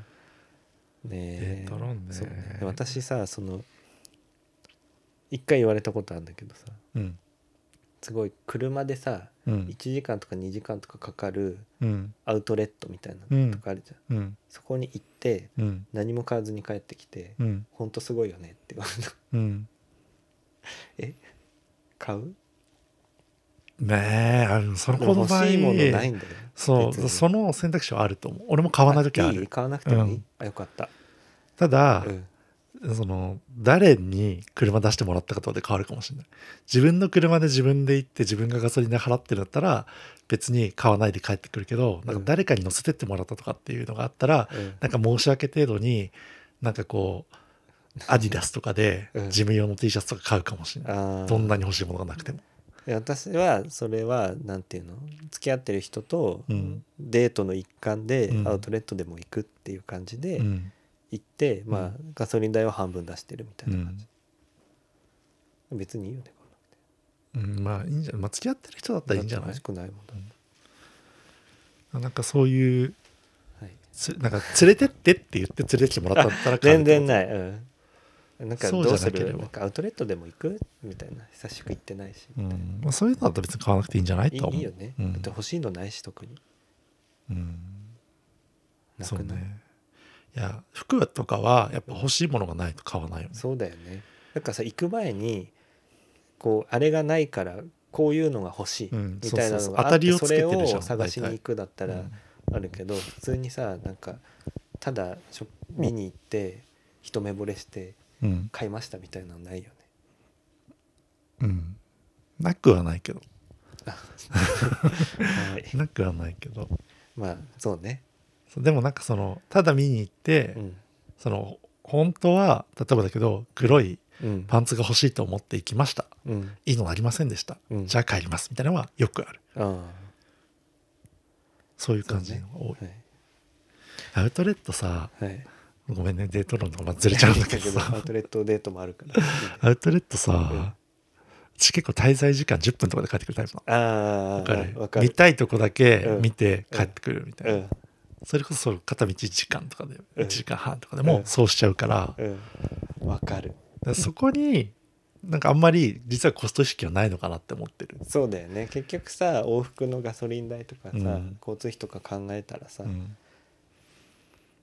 [SPEAKER 1] え
[SPEAKER 2] デート論ね
[SPEAKER 1] そうで私さその一回言われたことあるんだけどさ
[SPEAKER 2] うん
[SPEAKER 1] すごい車でさ
[SPEAKER 2] うん
[SPEAKER 1] 1時間とか2時間とかかかる
[SPEAKER 2] うん
[SPEAKER 1] アウトレットみたいなのとかあるじゃん、
[SPEAKER 2] うん
[SPEAKER 1] そこに行って
[SPEAKER 2] うん
[SPEAKER 1] 何も買わずに帰ってきて
[SPEAKER 2] うんうん
[SPEAKER 1] 「ほんとすごいよね」って [LAUGHS] 言われた
[SPEAKER 2] うん
[SPEAKER 1] 買う
[SPEAKER 2] ねえあのその子の
[SPEAKER 1] 欲
[SPEAKER 2] 場合
[SPEAKER 1] しいものないんだよ
[SPEAKER 2] そ
[SPEAKER 1] 別に
[SPEAKER 2] うその選択肢はあると思う俺も買わない時あ
[SPEAKER 1] いい
[SPEAKER 2] る
[SPEAKER 1] 買わなくてもいい、
[SPEAKER 2] うん
[SPEAKER 1] あよかった
[SPEAKER 2] ただ、
[SPEAKER 1] うん
[SPEAKER 2] その誰に車出してもらったかとかで変わるかもしれない自分の車で自分で行って自分がガソリンで払ってるんだったら別に買わないで帰ってくるけどなんか誰かに乗せてってもらったとかっていうのがあったら、
[SPEAKER 1] うん
[SPEAKER 2] なんか申し訳程度になんかこうアディダスとかで
[SPEAKER 1] うん
[SPEAKER 2] 自分用の T シャツとか買うかもしれない、
[SPEAKER 1] あー
[SPEAKER 2] どんなに欲しいものがなくても
[SPEAKER 1] いや私はそれはなんていうの付き合ってる人と
[SPEAKER 2] うん
[SPEAKER 1] デートの一環で
[SPEAKER 2] うん
[SPEAKER 1] アウトレットでも行くっていう感じで
[SPEAKER 2] うん
[SPEAKER 1] 行って、ま
[SPEAKER 2] う
[SPEAKER 1] あガソリン代は半分出してるみた
[SPEAKER 2] う
[SPEAKER 1] いな感
[SPEAKER 2] ん
[SPEAKER 1] じ、別にいいよねこんなくて
[SPEAKER 2] うんまあいいんじゃない、まあ、付き合ってる人だったらいいんじゃ
[SPEAKER 1] だ
[SPEAKER 2] な
[SPEAKER 1] って
[SPEAKER 2] い
[SPEAKER 1] 欲しくないもんだ、
[SPEAKER 2] なんかそういう
[SPEAKER 1] はい、
[SPEAKER 2] つなんか連れてってって言って連れてってもらったんだったら買う
[SPEAKER 1] 全然
[SPEAKER 2] ってこと
[SPEAKER 1] ないうんなんか
[SPEAKER 2] そう
[SPEAKER 1] ど
[SPEAKER 2] じ
[SPEAKER 1] う
[SPEAKER 2] ゃ
[SPEAKER 1] す
[SPEAKER 2] なければ
[SPEAKER 1] るなんかアウトレットでも行くみたいな久しく行ってないし
[SPEAKER 2] う
[SPEAKER 1] みたいな、
[SPEAKER 2] んまあ、そういうのだったら別に買わなくていいんじゃないとはい思う
[SPEAKER 1] いいいよね、
[SPEAKER 2] うん
[SPEAKER 1] だって欲しいのないし特に
[SPEAKER 2] うん
[SPEAKER 1] な
[SPEAKER 2] そう
[SPEAKER 1] くない
[SPEAKER 2] ねいや服とかはやっぱ欲しいものがないと買わないよね
[SPEAKER 1] そうだよねだからさ行く前にこうあれがないからこういうのが欲しい
[SPEAKER 2] うん
[SPEAKER 1] みたいな
[SPEAKER 2] そうそうそ
[SPEAKER 1] の
[SPEAKER 2] う
[SPEAKER 1] があ
[SPEAKER 2] 当た
[SPEAKER 1] っ
[SPEAKER 2] り
[SPEAKER 1] て
[SPEAKER 2] を
[SPEAKER 1] そ
[SPEAKER 2] つけて
[SPEAKER 1] れ
[SPEAKER 2] るじゃん
[SPEAKER 1] を探しに行くだった
[SPEAKER 2] う
[SPEAKER 1] ら
[SPEAKER 2] ん
[SPEAKER 1] あるけど普通にさなんかただショップ見に行って一目惚れして
[SPEAKER 2] うん、
[SPEAKER 1] 買いましたみたいなのないよね
[SPEAKER 2] うん、なくはないけど
[SPEAKER 1] [LAUGHS] はい
[SPEAKER 2] なくはないけど
[SPEAKER 1] まあそうね
[SPEAKER 2] そうでもなんかそのただ見に行って、
[SPEAKER 1] うん
[SPEAKER 2] その本当は例えばだけど黒い
[SPEAKER 1] うん
[SPEAKER 2] パンツが欲しいと思って行きました
[SPEAKER 1] うん
[SPEAKER 2] いいのありませんでした、
[SPEAKER 1] うん
[SPEAKER 2] じゃあ帰りますみたいなのはよくある
[SPEAKER 1] ああ
[SPEAKER 2] そういう感じのが多い、
[SPEAKER 1] はい
[SPEAKER 2] アウトレットさ
[SPEAKER 1] はい
[SPEAKER 2] ごめんねデート論とかまあずれちゃうんだけ
[SPEAKER 1] [LAUGHS] だけ
[SPEAKER 2] ど
[SPEAKER 1] ど
[SPEAKER 2] さ [LAUGHS]
[SPEAKER 1] アウトレットデートもあるから
[SPEAKER 2] アウトレットさ、
[SPEAKER 1] うん
[SPEAKER 2] 私結構滞在時間10分とかで帰ってくるタイプなの
[SPEAKER 1] あ
[SPEAKER 2] わ
[SPEAKER 1] あ
[SPEAKER 2] かる
[SPEAKER 1] わか
[SPEAKER 2] 見
[SPEAKER 1] る
[SPEAKER 2] たいとこだけ
[SPEAKER 1] うん
[SPEAKER 2] 見て帰ってくるみたいな、
[SPEAKER 1] うん
[SPEAKER 2] それこそ片道1時間とかで
[SPEAKER 1] うん
[SPEAKER 2] 1時間半とかでも
[SPEAKER 1] うん
[SPEAKER 2] そうしちゃうから,、
[SPEAKER 1] うんわかる
[SPEAKER 2] そこになんかあんまり実はコスト意識はないのかなって思ってる、
[SPEAKER 1] そうだよね結局さ往復のガソリン代とかさ、
[SPEAKER 2] うん
[SPEAKER 1] 交通費とか考えたらさ、
[SPEAKER 2] う
[SPEAKER 1] っ
[SPEAKER 2] ん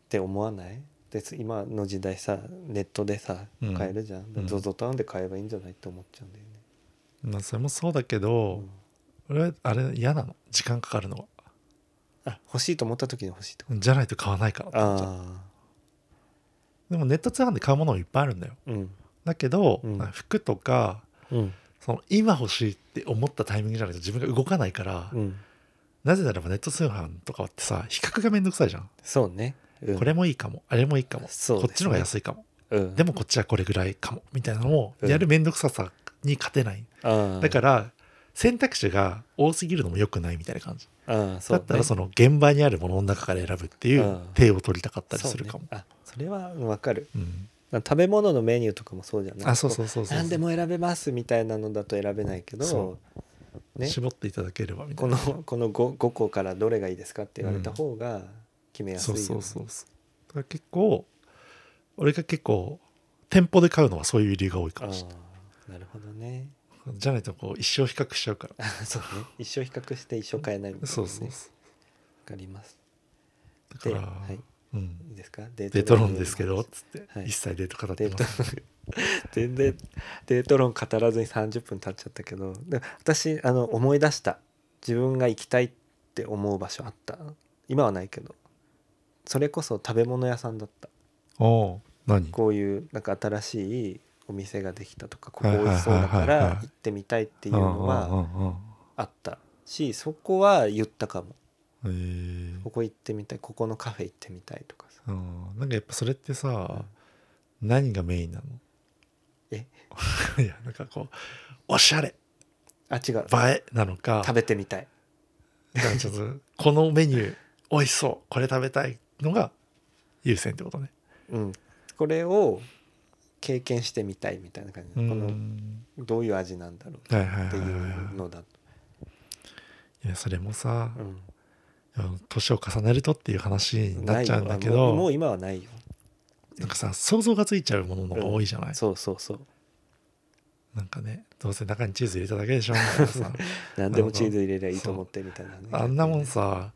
[SPEAKER 1] て思わないです今の時代さネットでさ
[SPEAKER 2] うん
[SPEAKER 1] 買えるじゃん、
[SPEAKER 2] うん
[SPEAKER 1] ZOZO タウンで買えばいいんじゃないって思っちゃうんだよね、
[SPEAKER 2] まあ、それもそうだけど、俺はあれ嫌なの時間かかるのは
[SPEAKER 1] あ欲しいと思った時に欲しいってこ
[SPEAKER 2] じゃないと買わないからって
[SPEAKER 1] と
[SPEAKER 2] 思っちゃう
[SPEAKER 1] あ
[SPEAKER 2] でもネット通販で買うものもいっぱいあるんだよ
[SPEAKER 1] あうん
[SPEAKER 2] だけど、
[SPEAKER 1] うん
[SPEAKER 2] なんか服とか
[SPEAKER 1] うん
[SPEAKER 2] その今欲しいって思ったタイミングじゃないと自分が動かないから、
[SPEAKER 1] うん
[SPEAKER 2] なぜならばネット通販とかってさ比較がめんどくさいじゃん、
[SPEAKER 1] そうね、うん、
[SPEAKER 2] これもいいかもあれもいいかも、
[SPEAKER 1] そうです
[SPEAKER 2] こ
[SPEAKER 1] ね
[SPEAKER 2] っちの方が安いかも
[SPEAKER 1] うん
[SPEAKER 2] でもこっちはこれぐらいかもみたいなのを
[SPEAKER 1] うん
[SPEAKER 2] やるめんどくささに勝てない、
[SPEAKER 1] ああ
[SPEAKER 2] だから選択肢が多すぎるのも良くないみたいな感じ、
[SPEAKER 1] ああそう
[SPEAKER 2] だ
[SPEAKER 1] ね
[SPEAKER 2] ったらその現場にあるものの中から選ぶっていううん手を取りたかったりするかも
[SPEAKER 1] そうね、あそれはわかる
[SPEAKER 2] うん
[SPEAKER 1] 食べ物のメニューとかもそうじゃない
[SPEAKER 2] あそうそうそうそう
[SPEAKER 1] 何でも選べますみたいなのだと選べないけど
[SPEAKER 2] そ、
[SPEAKER 1] ね、
[SPEAKER 2] 絞っていただければみた
[SPEAKER 1] こ
[SPEAKER 2] いな
[SPEAKER 1] のこの 5, 5個からどれがいいですかって言われた方が決めやすいよ
[SPEAKER 2] そう
[SPEAKER 1] ね、
[SPEAKER 2] そうそうそうだから結構俺が結構店舗で買うのはそういう理由が多いか
[SPEAKER 1] あ
[SPEAKER 2] もしれない
[SPEAKER 1] あなるほどね
[SPEAKER 2] じゃないとこう一生比較しちゃうから
[SPEAKER 1] あそうね一生比較して一生買えないみたいな、ね、
[SPEAKER 2] そうそう
[SPEAKER 1] わ
[SPEAKER 2] そ
[SPEAKER 1] かります
[SPEAKER 2] うだか
[SPEAKER 1] で、
[SPEAKER 2] ら、
[SPEAKER 1] はい、い
[SPEAKER 2] うん、
[SPEAKER 1] いですかデ
[SPEAKER 2] デート論ですけどっつって、
[SPEAKER 1] はい
[SPEAKER 2] 一切デート語っ
[SPEAKER 1] デ
[SPEAKER 2] て
[SPEAKER 1] ー
[SPEAKER 2] ま
[SPEAKER 1] ト
[SPEAKER 2] す
[SPEAKER 1] 全然デート論語らずに30分経っちゃったけどでも私あの思い出した自分が行きたいって思う場所あった今はないけどそれこそ食べ物屋さんだった
[SPEAKER 2] おう何
[SPEAKER 1] こういうなんか新しいお店ができたとかここ
[SPEAKER 2] はいはい
[SPEAKER 1] 美
[SPEAKER 2] はい
[SPEAKER 1] 味しそうだか
[SPEAKER 2] はいは
[SPEAKER 1] ら
[SPEAKER 2] い
[SPEAKER 1] 行ってみたいっていうの
[SPEAKER 2] うんう
[SPEAKER 1] は
[SPEAKER 2] んうん
[SPEAKER 1] あったしそこは言ったかも
[SPEAKER 2] うんへえ
[SPEAKER 1] ここ行ってみたいここのカフェ行ってみたいとかさ
[SPEAKER 2] うんなんかやっぱそれってさ、何がメインなの
[SPEAKER 1] え
[SPEAKER 2] [LAUGHS] いやなんかこうおしゃれ
[SPEAKER 1] あ違う
[SPEAKER 2] 映えなのか
[SPEAKER 1] 食べてみたい
[SPEAKER 2] なんかちょっとこのメニュー美味しそうこれ食べたいのが優先ってことね
[SPEAKER 1] うんこれを経験してみたいみたいな感じ
[SPEAKER 2] う
[SPEAKER 1] こ
[SPEAKER 2] ん
[SPEAKER 1] のどういう味なんだろう
[SPEAKER 2] はいはい
[SPEAKER 1] っ
[SPEAKER 2] は
[SPEAKER 1] て
[SPEAKER 2] い
[SPEAKER 1] い
[SPEAKER 2] はいう
[SPEAKER 1] のだと、
[SPEAKER 2] いやそれもさ
[SPEAKER 1] うん、
[SPEAKER 2] いや年を重ねるとっていう話になっちゃうんだけ
[SPEAKER 1] ないよあもうも
[SPEAKER 2] ど
[SPEAKER 1] う今はないよ
[SPEAKER 2] なんかさ想像がついちゃうものの方が多いじゃない、
[SPEAKER 1] そうそうそう
[SPEAKER 2] なんかねどうせ中にチーズ入れただけでしょみたいなさ
[SPEAKER 1] 何でもチーズ入れりゃいいと思ってみたいなね、
[SPEAKER 2] あんなもんさ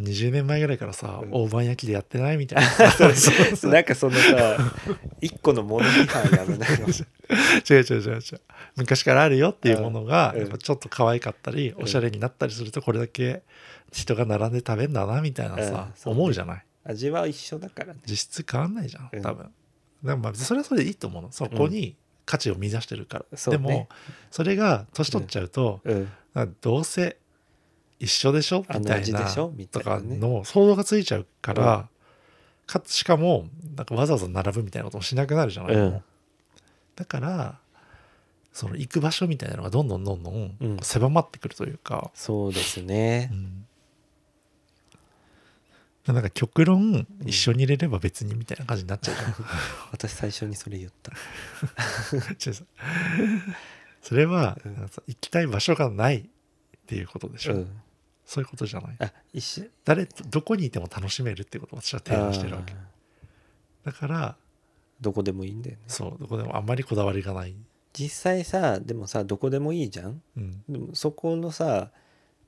[SPEAKER 2] 20年前ぐらいからさ、
[SPEAKER 1] うん
[SPEAKER 2] 大判焼きでやってないみたいな [LAUGHS] さそうそうそう
[SPEAKER 1] なんかそのさ一個のもの批判やめないの
[SPEAKER 2] 違う違う違う違う昔からあるよっていうものが
[SPEAKER 1] うん
[SPEAKER 2] やっぱちょっと可愛かったり
[SPEAKER 1] うん
[SPEAKER 2] おしゃれになったりするとこれだけ人が並んで食べんだなみたいなさ
[SPEAKER 1] うんそうね
[SPEAKER 2] 思うじゃない
[SPEAKER 1] 味は一緒だからね
[SPEAKER 2] 実質変わんないじゃ
[SPEAKER 1] うん
[SPEAKER 2] ん多分でもまあそれはそれでいいと思うのそこに価値を見出してるから
[SPEAKER 1] そう
[SPEAKER 2] で
[SPEAKER 1] ね
[SPEAKER 2] もそれが年取っちゃうと
[SPEAKER 1] うん
[SPEAKER 2] なんかどうせ一緒でしょ
[SPEAKER 1] あ
[SPEAKER 2] み
[SPEAKER 1] の
[SPEAKER 2] たい
[SPEAKER 1] 味で
[SPEAKER 2] な
[SPEAKER 1] しょみた
[SPEAKER 2] と
[SPEAKER 1] いな
[SPEAKER 2] か
[SPEAKER 1] ね
[SPEAKER 2] の想像がついちゃうからかつしかもなんかわざわざ並ぶみたいなこともしなくなるじゃない、
[SPEAKER 1] うん
[SPEAKER 2] だからその行く場所みたいなのがどんどんどんどん
[SPEAKER 1] うん
[SPEAKER 2] 狭まってくるというか、
[SPEAKER 1] そうです
[SPEAKER 2] う
[SPEAKER 1] ね
[SPEAKER 2] んなんか極論一緒に入れれば別にみたいな感じになっちゃ
[SPEAKER 1] [LAUGHS]
[SPEAKER 2] うじゃん
[SPEAKER 1] 私最初にそれ言った
[SPEAKER 2] 違う違うそれは、
[SPEAKER 1] うん
[SPEAKER 2] なんかさ行きたい場所がないっていうことでしょ、
[SPEAKER 1] うん
[SPEAKER 2] そういうことじゃない
[SPEAKER 1] あ一緒
[SPEAKER 2] 誰とどこにいても楽しめるっていうことを私は提案してるわけ
[SPEAKER 1] あー
[SPEAKER 2] だから
[SPEAKER 1] どこでもいいんだよね
[SPEAKER 2] そうどこでもあんまりこだわりがない、
[SPEAKER 1] 実際さでもさどこでもいいじゃん
[SPEAKER 2] うん、
[SPEAKER 1] でもそこのさ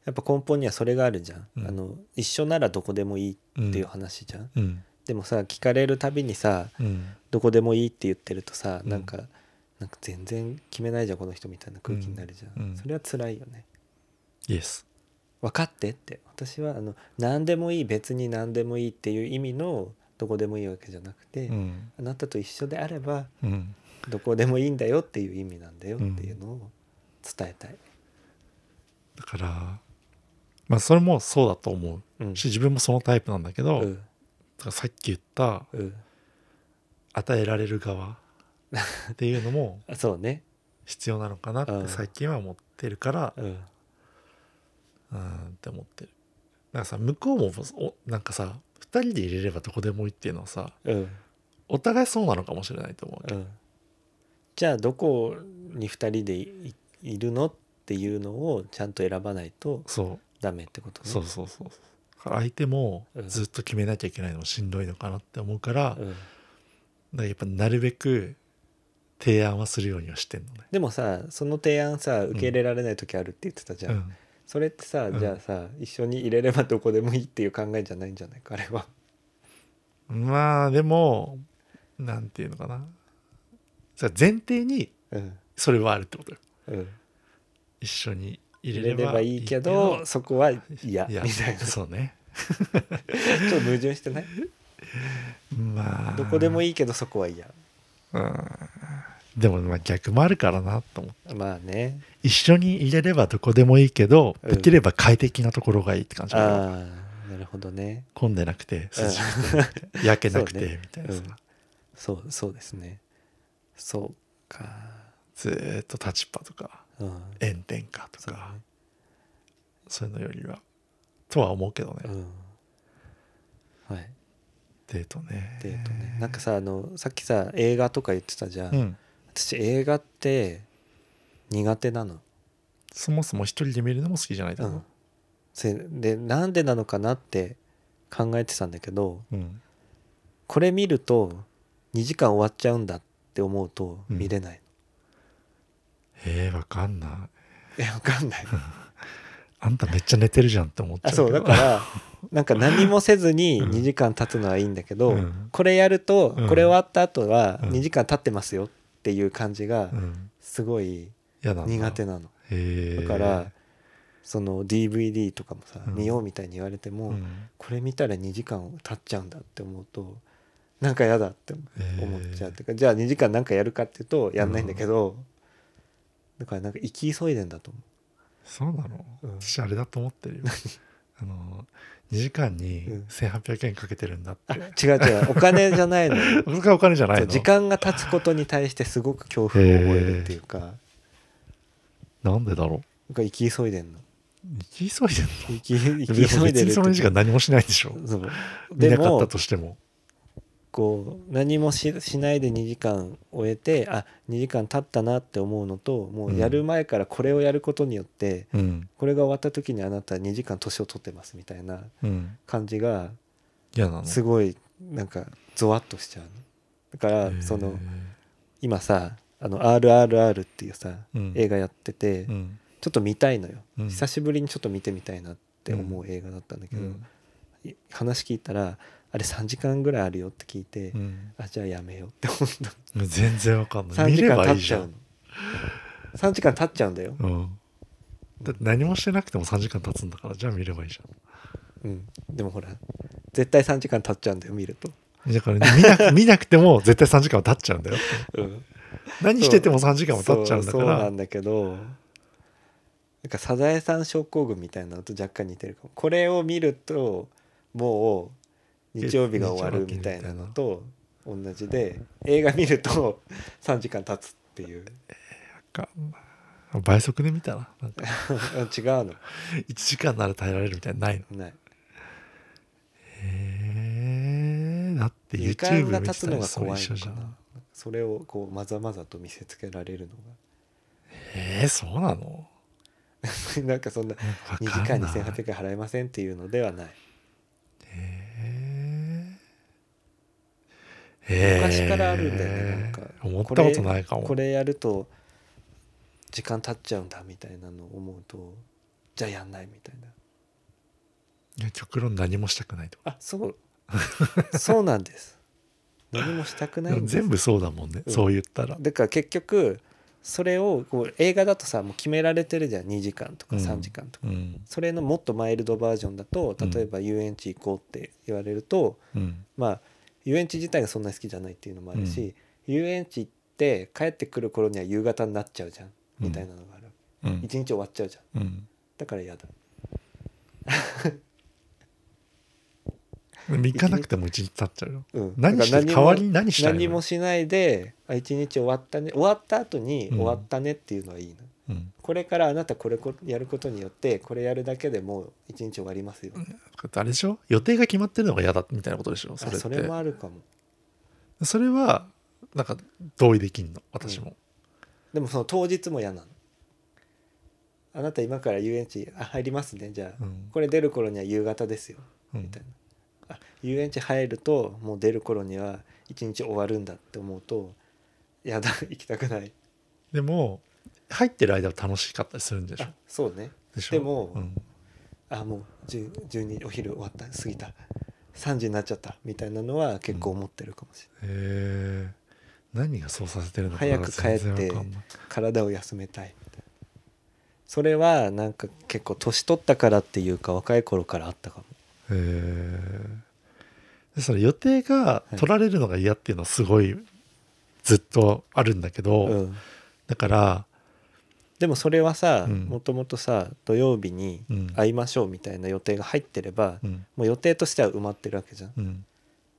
[SPEAKER 1] やっぱ根本にはそれがあるじゃん、
[SPEAKER 2] うん
[SPEAKER 1] あの一緒ならどこでもいいっていう
[SPEAKER 2] うん
[SPEAKER 1] 話じゃん、
[SPEAKER 2] うん
[SPEAKER 1] でもさ聞かれるたびにさ
[SPEAKER 2] うん
[SPEAKER 1] どこでもいいって言ってるとさ、
[SPEAKER 2] うん
[SPEAKER 1] なんかなんか全然決めないじゃんこの人みたいな空気になるじゃん、
[SPEAKER 2] うんうん
[SPEAKER 1] それは辛いよね
[SPEAKER 2] イエス
[SPEAKER 1] 分かってって私はあの何でもいい別に何でもいいっていう意味のどこでもいいわけじゃなくて、
[SPEAKER 2] うん
[SPEAKER 1] あなたと一緒であれば
[SPEAKER 2] うん
[SPEAKER 1] どこでもいいんだよっていう意味なんだよっていうのを伝えたい、
[SPEAKER 2] だからまあそれもそうだと思
[SPEAKER 1] うん
[SPEAKER 2] うし自分もそのタイプなんだけど、
[SPEAKER 1] うん
[SPEAKER 2] だからさっき言った
[SPEAKER 1] うん
[SPEAKER 2] 与えられる側っていうのも
[SPEAKER 1] あそうね
[SPEAKER 2] 必要なのかなっ
[SPEAKER 1] う
[SPEAKER 2] て
[SPEAKER 1] ん
[SPEAKER 2] 最近は思ってるから
[SPEAKER 1] うん
[SPEAKER 2] うんって思ってるなんかさ向こうもおなんかさ2人で入れればどこでもいいっていうのはさ
[SPEAKER 1] うん
[SPEAKER 2] お互いそうなのかもしれないと思うわけ
[SPEAKER 1] うんじゃあどこに2人でいいるのっていうのをちゃんと選ばないと
[SPEAKER 2] そう
[SPEAKER 1] ダメってことね。
[SPEAKER 2] そうそうそう相手も
[SPEAKER 1] うん
[SPEAKER 2] ずっと決めなきゃいけないのもしんどいのかなって思うから,、
[SPEAKER 1] うん
[SPEAKER 2] やっぱなるべく提案はするようにはしてんのね、
[SPEAKER 1] でもさその提案さ受け入れられない時あるって言ってたじゃん、
[SPEAKER 2] うん
[SPEAKER 1] それってさ
[SPEAKER 2] うん
[SPEAKER 1] じゃあさ、一緒に入れればどこでもいいっていう考えじゃないんじゃないかあれは。
[SPEAKER 2] まあでもなんていうのかなさ前提に
[SPEAKER 1] うん
[SPEAKER 2] それはあるってことよ
[SPEAKER 1] うん、
[SPEAKER 2] 一緒に
[SPEAKER 1] 入
[SPEAKER 2] 入れれ
[SPEAKER 1] れれ
[SPEAKER 2] ば
[SPEAKER 1] ばいいけど
[SPEAKER 2] いい
[SPEAKER 1] そこは
[SPEAKER 2] けど
[SPEAKER 1] 嫌
[SPEAKER 2] い
[SPEAKER 1] み
[SPEAKER 2] や
[SPEAKER 1] たいなちょ
[SPEAKER 2] そうね
[SPEAKER 1] っと矛盾してない
[SPEAKER 2] まあ
[SPEAKER 1] どこでも
[SPEAKER 2] いい、
[SPEAKER 1] いいけどそこは嫌
[SPEAKER 2] うん、でもまあ逆もあるからなと思って
[SPEAKER 1] まあね
[SPEAKER 2] 一緒に入れればどこでもいいけど、
[SPEAKER 1] うん
[SPEAKER 2] できれば快適なところがいいって感じだから
[SPEAKER 1] ああなるほどね
[SPEAKER 2] 混んでなくて涼しくて [LAUGHS] みたいな焼けなく
[SPEAKER 1] そう
[SPEAKER 2] て
[SPEAKER 1] ね
[SPEAKER 2] みたいなさ、
[SPEAKER 1] うんそうそうですねそうか
[SPEAKER 2] ずーっと立ちっぱとか
[SPEAKER 1] うん
[SPEAKER 2] 炎天下と
[SPEAKER 1] そう
[SPEAKER 2] かそういうのよりはとは思うけどね、
[SPEAKER 1] だねうんはい
[SPEAKER 2] デートね
[SPEAKER 1] デートねなんかさあのさっきさ映画とか言ってたじゃん、
[SPEAKER 2] うん
[SPEAKER 1] 私映画って苦手なの、
[SPEAKER 2] そもそも一人で見るのも好きじゃないだ
[SPEAKER 1] う
[SPEAKER 2] ろ
[SPEAKER 1] ん、せでなんでなのかなって考えてたんだけど
[SPEAKER 2] うん
[SPEAKER 1] これ見ると2時間終わっちゃうんだって思うと
[SPEAKER 2] うん
[SPEAKER 1] 見れ
[SPEAKER 2] [LAUGHS]
[SPEAKER 1] ない、
[SPEAKER 2] えー、わかんな
[SPEAKER 1] え
[SPEAKER 2] い
[SPEAKER 1] わかんない
[SPEAKER 2] あんためっちゃ寝てるじゃんって思っちゃ
[SPEAKER 1] あ
[SPEAKER 2] うけ
[SPEAKER 1] [LAUGHS]
[SPEAKER 2] ど
[SPEAKER 1] そうだからなんか何もせずに
[SPEAKER 2] うん
[SPEAKER 1] 2時間経つのはいいんだけど、
[SPEAKER 2] うん
[SPEAKER 1] これやると
[SPEAKER 2] うん
[SPEAKER 1] これ終わった後は
[SPEAKER 2] うん
[SPEAKER 1] 2時間経ってますよっていう感じが
[SPEAKER 2] うん、
[SPEAKER 1] すごい
[SPEAKER 2] 嫌なんだ
[SPEAKER 1] 苦手なの
[SPEAKER 2] へ
[SPEAKER 1] だ
[SPEAKER 2] ー
[SPEAKER 1] からその DVD とかもさ
[SPEAKER 2] うん
[SPEAKER 1] 見ようみたいに言われても、
[SPEAKER 2] うん
[SPEAKER 1] これ見たら2時間経っちゃうんだって思うとなんか嫌だって思っちゃう、
[SPEAKER 2] へー
[SPEAKER 1] てかじゃあ2時間なんかやるかっていうとやんないんだけど、だからなんか行き急いでんだと思
[SPEAKER 2] そうなの、
[SPEAKER 1] うん
[SPEAKER 2] 私あれだと思っ
[SPEAKER 1] [LAUGHS]
[SPEAKER 2] てるよあの2時間に
[SPEAKER 1] うん
[SPEAKER 2] 1800円かけてるんだって、
[SPEAKER 1] う違う違うお金じゃないの
[SPEAKER 2] それがお金じゃ [LAUGHS] ない
[SPEAKER 1] そ
[SPEAKER 2] の
[SPEAKER 1] う時間が経つことに対してすごく恐怖を覚えるっていうか
[SPEAKER 2] なんで
[SPEAKER 1] [LAUGHS]
[SPEAKER 2] だろ
[SPEAKER 1] なんか行き急いでんの
[SPEAKER 2] う行き急いでんの
[SPEAKER 1] 行き行
[SPEAKER 2] [LAUGHS] で
[SPEAKER 1] き
[SPEAKER 2] も
[SPEAKER 1] 急いでるっ
[SPEAKER 2] 別に
[SPEAKER 1] て
[SPEAKER 2] その時間何もしないでしょ
[SPEAKER 1] そう
[SPEAKER 2] 見
[SPEAKER 1] で
[SPEAKER 2] なかっ
[SPEAKER 1] も
[SPEAKER 2] たとしても
[SPEAKER 1] こう何もししないで2時間終えてあ2時間経ったなって思うのともうやる前からこれをやることによって、
[SPEAKER 2] うん
[SPEAKER 1] これが終わった時にあなた2時間年を取ってますみたいな
[SPEAKER 2] うん
[SPEAKER 1] 感じが
[SPEAKER 2] 嫌なの
[SPEAKER 1] すごいなんかゾワッとしちゃうのだからそ
[SPEAKER 2] へ
[SPEAKER 1] の
[SPEAKER 2] ー
[SPEAKER 1] 今さ「あの RRR」っていうさ
[SPEAKER 2] うん
[SPEAKER 1] 映画やってて
[SPEAKER 2] うん
[SPEAKER 1] ちょっと見たいのよ
[SPEAKER 2] うん
[SPEAKER 1] 久しぶりにちょっと見てみたいなって思う映画だったんだけ
[SPEAKER 2] う
[SPEAKER 1] ど
[SPEAKER 2] ん
[SPEAKER 1] い話聞いたらあれ3時間ぐらいあるよって聞いて
[SPEAKER 2] うん
[SPEAKER 1] あじゃあやめようって思った
[SPEAKER 2] 全然わかんない
[SPEAKER 1] 3
[SPEAKER 2] [LAUGHS] 見
[SPEAKER 1] 時
[SPEAKER 2] れ
[SPEAKER 1] 間
[SPEAKER 2] ば
[SPEAKER 1] 経
[SPEAKER 2] い
[SPEAKER 1] っ
[SPEAKER 2] いじ
[SPEAKER 1] ち
[SPEAKER 2] ゃ
[SPEAKER 1] ゃうの
[SPEAKER 2] ん、
[SPEAKER 1] 3時間経っちゃうんだよ、
[SPEAKER 2] うん、だって何もしてなくても3時間経つんだからじゃあ見ればいいじゃん
[SPEAKER 1] うん、でもほら絶対3時間経っちゃうんだよ見ると、
[SPEAKER 2] だから見なく [LAUGHS] 見なくても絶対3時間は経っちゃうんだよ
[SPEAKER 1] うん、
[SPEAKER 2] 何してても3時間は経っちゃうんだか
[SPEAKER 1] そうそうな
[SPEAKER 2] ら
[SPEAKER 1] んだけどなんかサザエさん症候群みたいなのと若干似てるかもこれを見るともう日曜日が終わるみたいなのと同じで映画見ると3時間経つっていう [LAUGHS]
[SPEAKER 2] か倍速で見たらなん
[SPEAKER 1] 違
[SPEAKER 2] か
[SPEAKER 1] うの
[SPEAKER 2] 1時間なら耐えられるみたいなのないの
[SPEAKER 1] ない
[SPEAKER 2] へえだって
[SPEAKER 1] 時
[SPEAKER 2] YouTube
[SPEAKER 1] 間
[SPEAKER 2] 見
[SPEAKER 1] が経
[SPEAKER 2] てた
[SPEAKER 1] つの
[SPEAKER 2] ら
[SPEAKER 1] が
[SPEAKER 2] それ
[SPEAKER 1] 怖い
[SPEAKER 2] 一緒
[SPEAKER 1] の
[SPEAKER 2] じ
[SPEAKER 1] か
[SPEAKER 2] ゃん
[SPEAKER 1] なそれをこうまざまざと見せつけられるの
[SPEAKER 2] えー、そうなの
[SPEAKER 1] が [LAUGHS] なんかそんな
[SPEAKER 2] わ
[SPEAKER 1] 2時
[SPEAKER 2] か
[SPEAKER 1] 間
[SPEAKER 2] んない
[SPEAKER 1] 2800円払えませんっていうのではない
[SPEAKER 2] へえ
[SPEAKER 1] 昔からあるんだよねなんか
[SPEAKER 2] 思ったことないかも
[SPEAKER 1] これやると時間経っちゃうんだみたいなのを思うとじゃあやんないみたいない
[SPEAKER 2] や極論何もしたくないと
[SPEAKER 1] あそう [LAUGHS] そうなんです何もしたくないんです
[SPEAKER 2] 全部そうだもんね、
[SPEAKER 1] うん
[SPEAKER 2] そう言ったら
[SPEAKER 1] だから結局それをこう映画だとさもう決められてるじゃん2時間とか
[SPEAKER 2] うん
[SPEAKER 1] 3時間とか、
[SPEAKER 2] うん
[SPEAKER 1] それのもっとマイルドバージョンだと
[SPEAKER 2] うん
[SPEAKER 1] 例えば遊園地行こうって言われると、
[SPEAKER 2] うん
[SPEAKER 1] まあ遊園地自体がそんなに好きじゃないっていうのもあるし、遊園地行って帰ってくる頃には夕方になっちゃうじゃんみたいなのがある、
[SPEAKER 2] うん
[SPEAKER 1] 一日終わっちゃうじゃん
[SPEAKER 2] うん
[SPEAKER 1] だから嫌だ
[SPEAKER 2] でも行かなくても一日経っちゃうよ
[SPEAKER 1] うん、
[SPEAKER 2] 何して
[SPEAKER 1] だからも
[SPEAKER 2] 代わりに何したいの
[SPEAKER 1] 何もしないであ一日終わったね終わった後に
[SPEAKER 2] うん
[SPEAKER 1] 終わったねっていうのはいいの、
[SPEAKER 2] うん
[SPEAKER 1] これからあなたこれこやることによってこれやるだけでもう一日終わりますよ、
[SPEAKER 2] あれでしょ予定が決まってるのが嫌だみたいなことでしょそ
[SPEAKER 1] あ
[SPEAKER 2] れって
[SPEAKER 1] それもあるかも
[SPEAKER 2] それはなんか同意できんの私も、
[SPEAKER 1] でもその当日も嫌なのあなた今から遊園地あ入りますねじゃあ、
[SPEAKER 2] うん
[SPEAKER 1] これ出る頃には夕方ですよ
[SPEAKER 2] うん
[SPEAKER 1] みたいな、あ遊園地入るともう出る頃には一日終わるんだって思うとやだ行きたくない
[SPEAKER 2] でも入ってる間は楽しかったりするんでしょ
[SPEAKER 1] あそうね
[SPEAKER 2] でしょ
[SPEAKER 1] でも、
[SPEAKER 2] うん
[SPEAKER 1] あもう10 12お昼終わった過ぎた3時になっちゃったみたいなのは結構思ってるかもしれない、
[SPEAKER 2] へえ何がそうさせてるのか
[SPEAKER 1] 早く帰って
[SPEAKER 2] 全然わかんない
[SPEAKER 1] 体を休めたいみたいなそれはなんか結構年取ったからっていうか若い頃からあったかも
[SPEAKER 2] へえでその予定が
[SPEAKER 1] い
[SPEAKER 2] 取られるのが嫌っていうのはすごいずっとあるんだけど、
[SPEAKER 1] うん、
[SPEAKER 2] だから
[SPEAKER 1] でもそれはさ
[SPEAKER 2] うん
[SPEAKER 1] もともとさ土曜日に
[SPEAKER 2] うん
[SPEAKER 1] 会いましょうみたいな予定が入ってれば、
[SPEAKER 2] うん
[SPEAKER 1] もう予定としては埋まってるわけじゃん
[SPEAKER 2] うん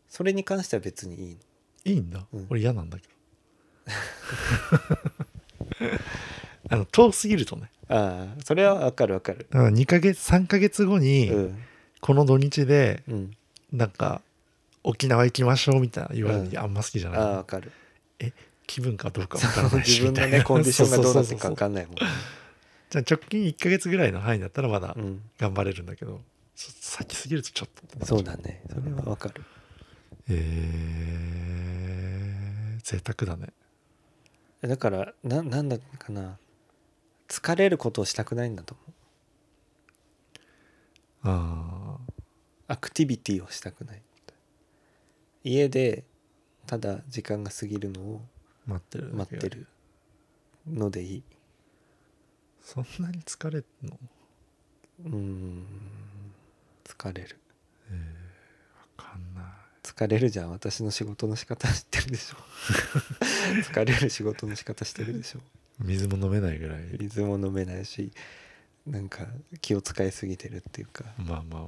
[SPEAKER 1] それに関しては別にいいの
[SPEAKER 2] いいんだ、
[SPEAKER 1] うん
[SPEAKER 2] 俺嫌なんだけど [LAUGHS] あの遠すぎるとね
[SPEAKER 1] ああそれはわかるわかる
[SPEAKER 2] だから2ヶ月3ヶ月後
[SPEAKER 1] う
[SPEAKER 2] に
[SPEAKER 1] ん
[SPEAKER 2] この土日で
[SPEAKER 1] うん
[SPEAKER 2] なんか沖縄行きましょうみたいな言われるのあんま好きじゃ
[SPEAKER 1] あ
[SPEAKER 2] ない、
[SPEAKER 1] あわかる
[SPEAKER 2] 気分かどうかわからない
[SPEAKER 1] [LAUGHS]
[SPEAKER 2] し
[SPEAKER 1] 自分の
[SPEAKER 2] みたい
[SPEAKER 1] ね
[SPEAKER 2] な
[SPEAKER 1] コンディションがどうなって
[SPEAKER 2] そ
[SPEAKER 1] る
[SPEAKER 2] そ
[SPEAKER 1] かわ
[SPEAKER 2] そそ
[SPEAKER 1] かんないもんね
[SPEAKER 2] じゃあ直近1ヶ月ぐらいの範囲だったらまだ
[SPEAKER 1] うん
[SPEAKER 2] 頑張れるんだけど、そ先すぎるとちょっとってなっちゃ
[SPEAKER 1] そうだねそれはわかる
[SPEAKER 2] えー、贅沢だね
[SPEAKER 1] だからななんだかな疲れることをしたくないんだと思う
[SPEAKER 2] あ
[SPEAKER 1] アクティビティをしたくない家でただ時間が過ぎるのを
[SPEAKER 2] ー待ってるだ
[SPEAKER 1] 待
[SPEAKER 2] け
[SPEAKER 1] ってるのでいい
[SPEAKER 2] そんなに疲れんのわ
[SPEAKER 1] うーん疲れる
[SPEAKER 2] かんない
[SPEAKER 1] 疲れるじゃん私の仕事の仕方知ってるで [LAUGHS] しょ疲れる仕事の仕方してるでしょ
[SPEAKER 2] 水も飲めないぐらい
[SPEAKER 1] 水も飲めないしなんか気を使いすぎてるっていうか
[SPEAKER 2] まあまあまあ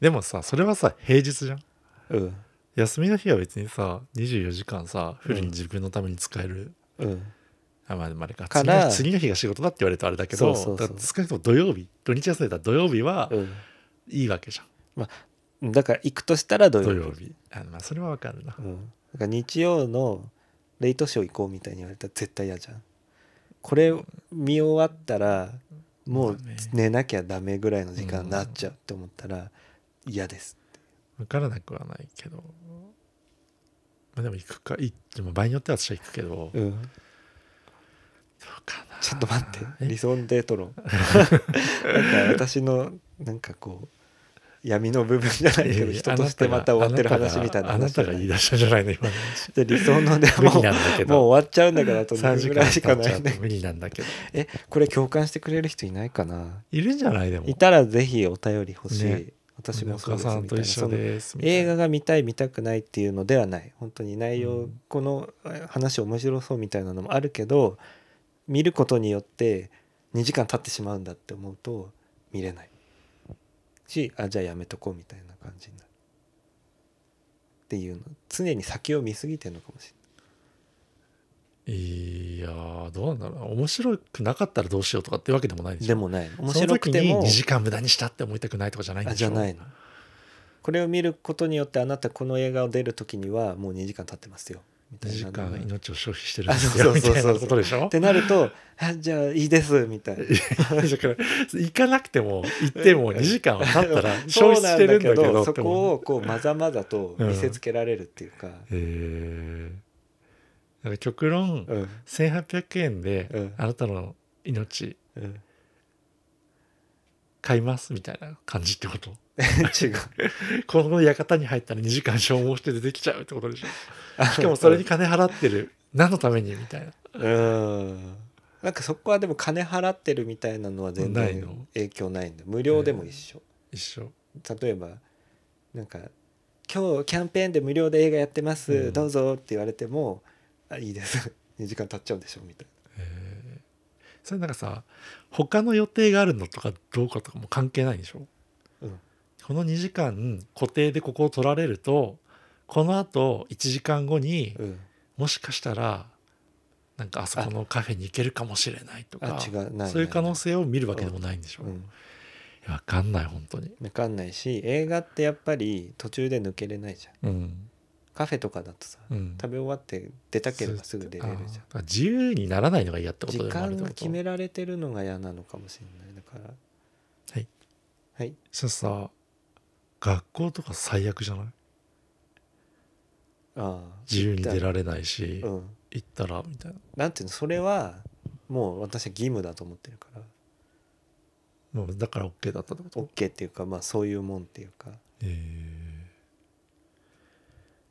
[SPEAKER 2] でもさそれはさ平日じゃん
[SPEAKER 1] うん
[SPEAKER 2] 休みの日は別にさ24時間さフルに自分のために使える、
[SPEAKER 1] うん
[SPEAKER 2] あまあでもあれか
[SPEAKER 1] から
[SPEAKER 2] 次の日次の日が仕事だって言われるとあれだけど
[SPEAKER 1] そうそうそう
[SPEAKER 2] だから少なくとも土曜日土日休んでたら土曜日は
[SPEAKER 1] う
[SPEAKER 2] いいわけじゃん、
[SPEAKER 1] んだから行くとしたら土曜
[SPEAKER 2] 土
[SPEAKER 1] 日
[SPEAKER 2] 曜日あまあそれはわかるな、
[SPEAKER 1] うん、だから日曜のレイトショー行こうみたいに言われたら絶対嫌じゃんこれ見終わったらもう
[SPEAKER 2] まあね
[SPEAKER 1] 寝なきゃダメぐらいの時間になっちゃうって思ったら嫌です
[SPEAKER 2] 分からなくはないけど、まあ、でも行くか行っても場合によっては私は行くけど、どう
[SPEAKER 1] うん
[SPEAKER 2] かな
[SPEAKER 1] ちょっと待って
[SPEAKER 2] え
[SPEAKER 1] 理想のデート
[SPEAKER 2] [LAUGHS]
[SPEAKER 1] 論なんか私のなんかこう闇の部分じゃないけ
[SPEAKER 2] い
[SPEAKER 1] ど
[SPEAKER 2] やいや
[SPEAKER 1] 人としてまた終わってる話みたいな
[SPEAKER 2] あな
[SPEAKER 1] 話
[SPEAKER 2] たがあなたが言い出したじゃないの今の
[SPEAKER 1] で理想ので
[SPEAKER 2] [LAUGHS] 無
[SPEAKER 1] も
[SPEAKER 2] 理
[SPEAKER 1] う
[SPEAKER 2] なんだけ
[SPEAKER 1] [LAUGHS]
[SPEAKER 2] ど
[SPEAKER 1] もう終わっちゃうんだからあと
[SPEAKER 2] 3
[SPEAKER 1] 2
[SPEAKER 2] 時
[SPEAKER 1] 分ぐ
[SPEAKER 2] 間
[SPEAKER 1] らいしか
[SPEAKER 2] 経っ
[SPEAKER 1] な
[SPEAKER 2] ちゃ
[SPEAKER 1] い
[SPEAKER 2] うんと
[SPEAKER 1] だ
[SPEAKER 2] 無理なんだけど
[SPEAKER 1] えこれ共感してくれる人いないかない
[SPEAKER 2] るんじゃないでも
[SPEAKER 1] いたらぜひお便り欲しい、
[SPEAKER 2] ね
[SPEAKER 1] 私
[SPEAKER 2] お
[SPEAKER 1] もそうです
[SPEAKER 2] 母さん
[SPEAKER 1] みた
[SPEAKER 2] と
[SPEAKER 1] いな
[SPEAKER 2] 一緒
[SPEAKER 1] その
[SPEAKER 2] ですみたいな
[SPEAKER 1] 映画が見たい見たくないっていうのではない本当に内容、
[SPEAKER 2] うん
[SPEAKER 1] このあ話面白そうみたいなのもあるけど見ることによって2時間経ってしまうんだって思うと見れないしあじゃあやめとこうみたいな感じになるっていうの常に先を見すぎてるのかもし
[SPEAKER 2] いやーどうなんだろう面白くなかったらどうしようとかってわけでもない
[SPEAKER 1] れ
[SPEAKER 2] で
[SPEAKER 1] ない
[SPEAKER 2] し
[SPEAKER 1] で
[SPEAKER 2] ょ
[SPEAKER 1] もない面
[SPEAKER 2] その
[SPEAKER 1] 白
[SPEAKER 2] 時
[SPEAKER 1] くて
[SPEAKER 2] に
[SPEAKER 1] も
[SPEAKER 2] 2時間無駄にしたって思いたくないとかじゃないん
[SPEAKER 1] あ
[SPEAKER 2] で
[SPEAKER 1] じ
[SPEAKER 2] し
[SPEAKER 1] ゃ
[SPEAKER 2] ょ
[SPEAKER 1] ないのこれを見ることによってあなたこの映画を出る時にはもう2時間経ってますよみた
[SPEAKER 2] 2
[SPEAKER 1] い
[SPEAKER 2] 時
[SPEAKER 1] なのが
[SPEAKER 2] 間
[SPEAKER 1] っ
[SPEAKER 2] 命を消費してるんです
[SPEAKER 1] あそ
[SPEAKER 2] よ
[SPEAKER 1] うそ
[SPEAKER 2] み
[SPEAKER 1] うそう
[SPEAKER 2] たい
[SPEAKER 1] そう
[SPEAKER 2] なことでしょ
[SPEAKER 1] てなるとあじゃあいいですみたいな
[SPEAKER 2] だから行かなくても行っても2時間は経ったら
[SPEAKER 1] [LAUGHS] そ
[SPEAKER 2] 消
[SPEAKER 1] う
[SPEAKER 2] 費
[SPEAKER 1] な
[SPEAKER 2] し
[SPEAKER 1] ん
[SPEAKER 2] てるんだけ
[SPEAKER 1] だけ
[SPEAKER 2] ど
[SPEAKER 1] ど
[SPEAKER 2] っ
[SPEAKER 1] そ
[SPEAKER 2] て思う
[SPEAKER 1] こをこうまざまざと見せつけられるっていうか、
[SPEAKER 2] えーだから極論
[SPEAKER 1] うん
[SPEAKER 2] 1800円
[SPEAKER 1] う
[SPEAKER 2] で
[SPEAKER 1] ん
[SPEAKER 2] あなたの命
[SPEAKER 1] [LAUGHS] うん
[SPEAKER 2] [LAUGHS] 買いますみたいな感じってこと
[SPEAKER 1] 違う
[SPEAKER 2] この館に入ったら2時間消耗して出てきちゃうってことでしょ
[SPEAKER 1] あ
[SPEAKER 2] しかもそれに金払ってる何のためにみたいな
[SPEAKER 1] うんなんかそこはでも金払ってるみたいなのは全
[SPEAKER 2] ないの
[SPEAKER 1] 然影響ないんだ無料でも一緒、
[SPEAKER 2] 一緒
[SPEAKER 1] 例えばなんか「今日キャンペーンで無料で映画やってます、
[SPEAKER 2] うん
[SPEAKER 1] どうぞ」って言われても「あいいです2 [LAUGHS] 時間経っちゃうんでしょ」みたい
[SPEAKER 2] えーそれなんかさ他の予定があるのとかどうかとかも関係ないでしょ、
[SPEAKER 1] うん
[SPEAKER 2] この2時間固定でここを取られるとこのあと1時間後に
[SPEAKER 1] な、うん、
[SPEAKER 2] もしかしたらなんかあそこのカフェに行けるかもしれないとか
[SPEAKER 1] あ違うないない
[SPEAKER 2] そういう可能性を見るわけでもないんでしょ、
[SPEAKER 1] うん、
[SPEAKER 2] 分かんない本当に、
[SPEAKER 1] 分かんないし映画ってやっぱり途中で抜けれないじゃん
[SPEAKER 2] うん、
[SPEAKER 1] カフェとかだとさ、
[SPEAKER 2] うん
[SPEAKER 1] 食べ終わって出たければすぐ出れるじゃん
[SPEAKER 2] あー自由にならないのが嫌ってこ
[SPEAKER 1] 時
[SPEAKER 2] とでもあ
[SPEAKER 1] 間
[SPEAKER 2] るってこ
[SPEAKER 1] が
[SPEAKER 2] と
[SPEAKER 1] 決められてるのが嫌なのかもしれないだから
[SPEAKER 2] はい
[SPEAKER 1] はい
[SPEAKER 2] そしたらさ学校とか最悪じゃない
[SPEAKER 1] ああ
[SPEAKER 2] 自由に出
[SPEAKER 1] れ
[SPEAKER 2] られないし、
[SPEAKER 1] うん
[SPEAKER 2] 行ったらみたいな
[SPEAKER 1] なんていうのそれはもう私は義務だと思ってるから
[SPEAKER 2] もうだから OK だったってこと
[SPEAKER 1] OK っていうかまあそういうもんっていうか
[SPEAKER 2] え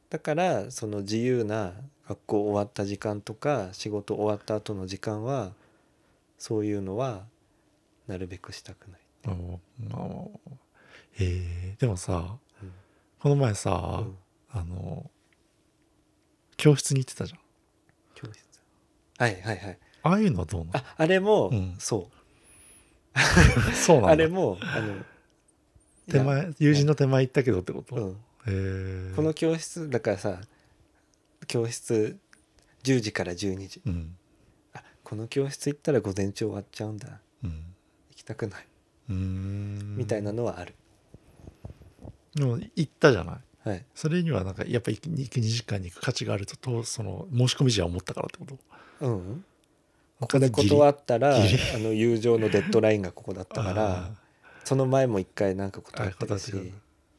[SPEAKER 1] だからその自由な学校終わった時間とか仕事終わった後の時間はそういうのはなるべくしたくない。
[SPEAKER 2] ーまあまあまあまあえーでもさ
[SPEAKER 1] うん
[SPEAKER 2] この前さ、
[SPEAKER 1] うん
[SPEAKER 2] あの教室に行ってたじゃん
[SPEAKER 1] 教室はいはいはい。
[SPEAKER 2] ああいうのはどうなの
[SPEAKER 1] ああれも、
[SPEAKER 2] うん
[SPEAKER 1] そ
[SPEAKER 2] そう
[SPEAKER 1] う
[SPEAKER 2] なんだ
[SPEAKER 1] あれもあの
[SPEAKER 2] 手前友人の手前行ったけどってこと、
[SPEAKER 1] うん、
[SPEAKER 2] へー
[SPEAKER 1] この教室だからさ教室10時から12時
[SPEAKER 2] うん
[SPEAKER 1] あこの教室行ったら午前中終わっちゃうんだ
[SPEAKER 2] うん
[SPEAKER 1] 行きたくないう
[SPEAKER 2] ーん
[SPEAKER 1] みたいなのはある、
[SPEAKER 2] でも行ったじゃない
[SPEAKER 1] はい
[SPEAKER 2] それにはなんかやっぱり行く2時間に行く価値があるととその申し込み時は思ったからってこと
[SPEAKER 1] うん
[SPEAKER 2] こ
[SPEAKER 1] ここで断ったらあ
[SPEAKER 2] ギリ
[SPEAKER 1] の友情のデッドラインがここだった
[SPEAKER 2] [LAUGHS]
[SPEAKER 1] からその前も一回なんか断ってるし
[SPEAKER 2] あ断ってる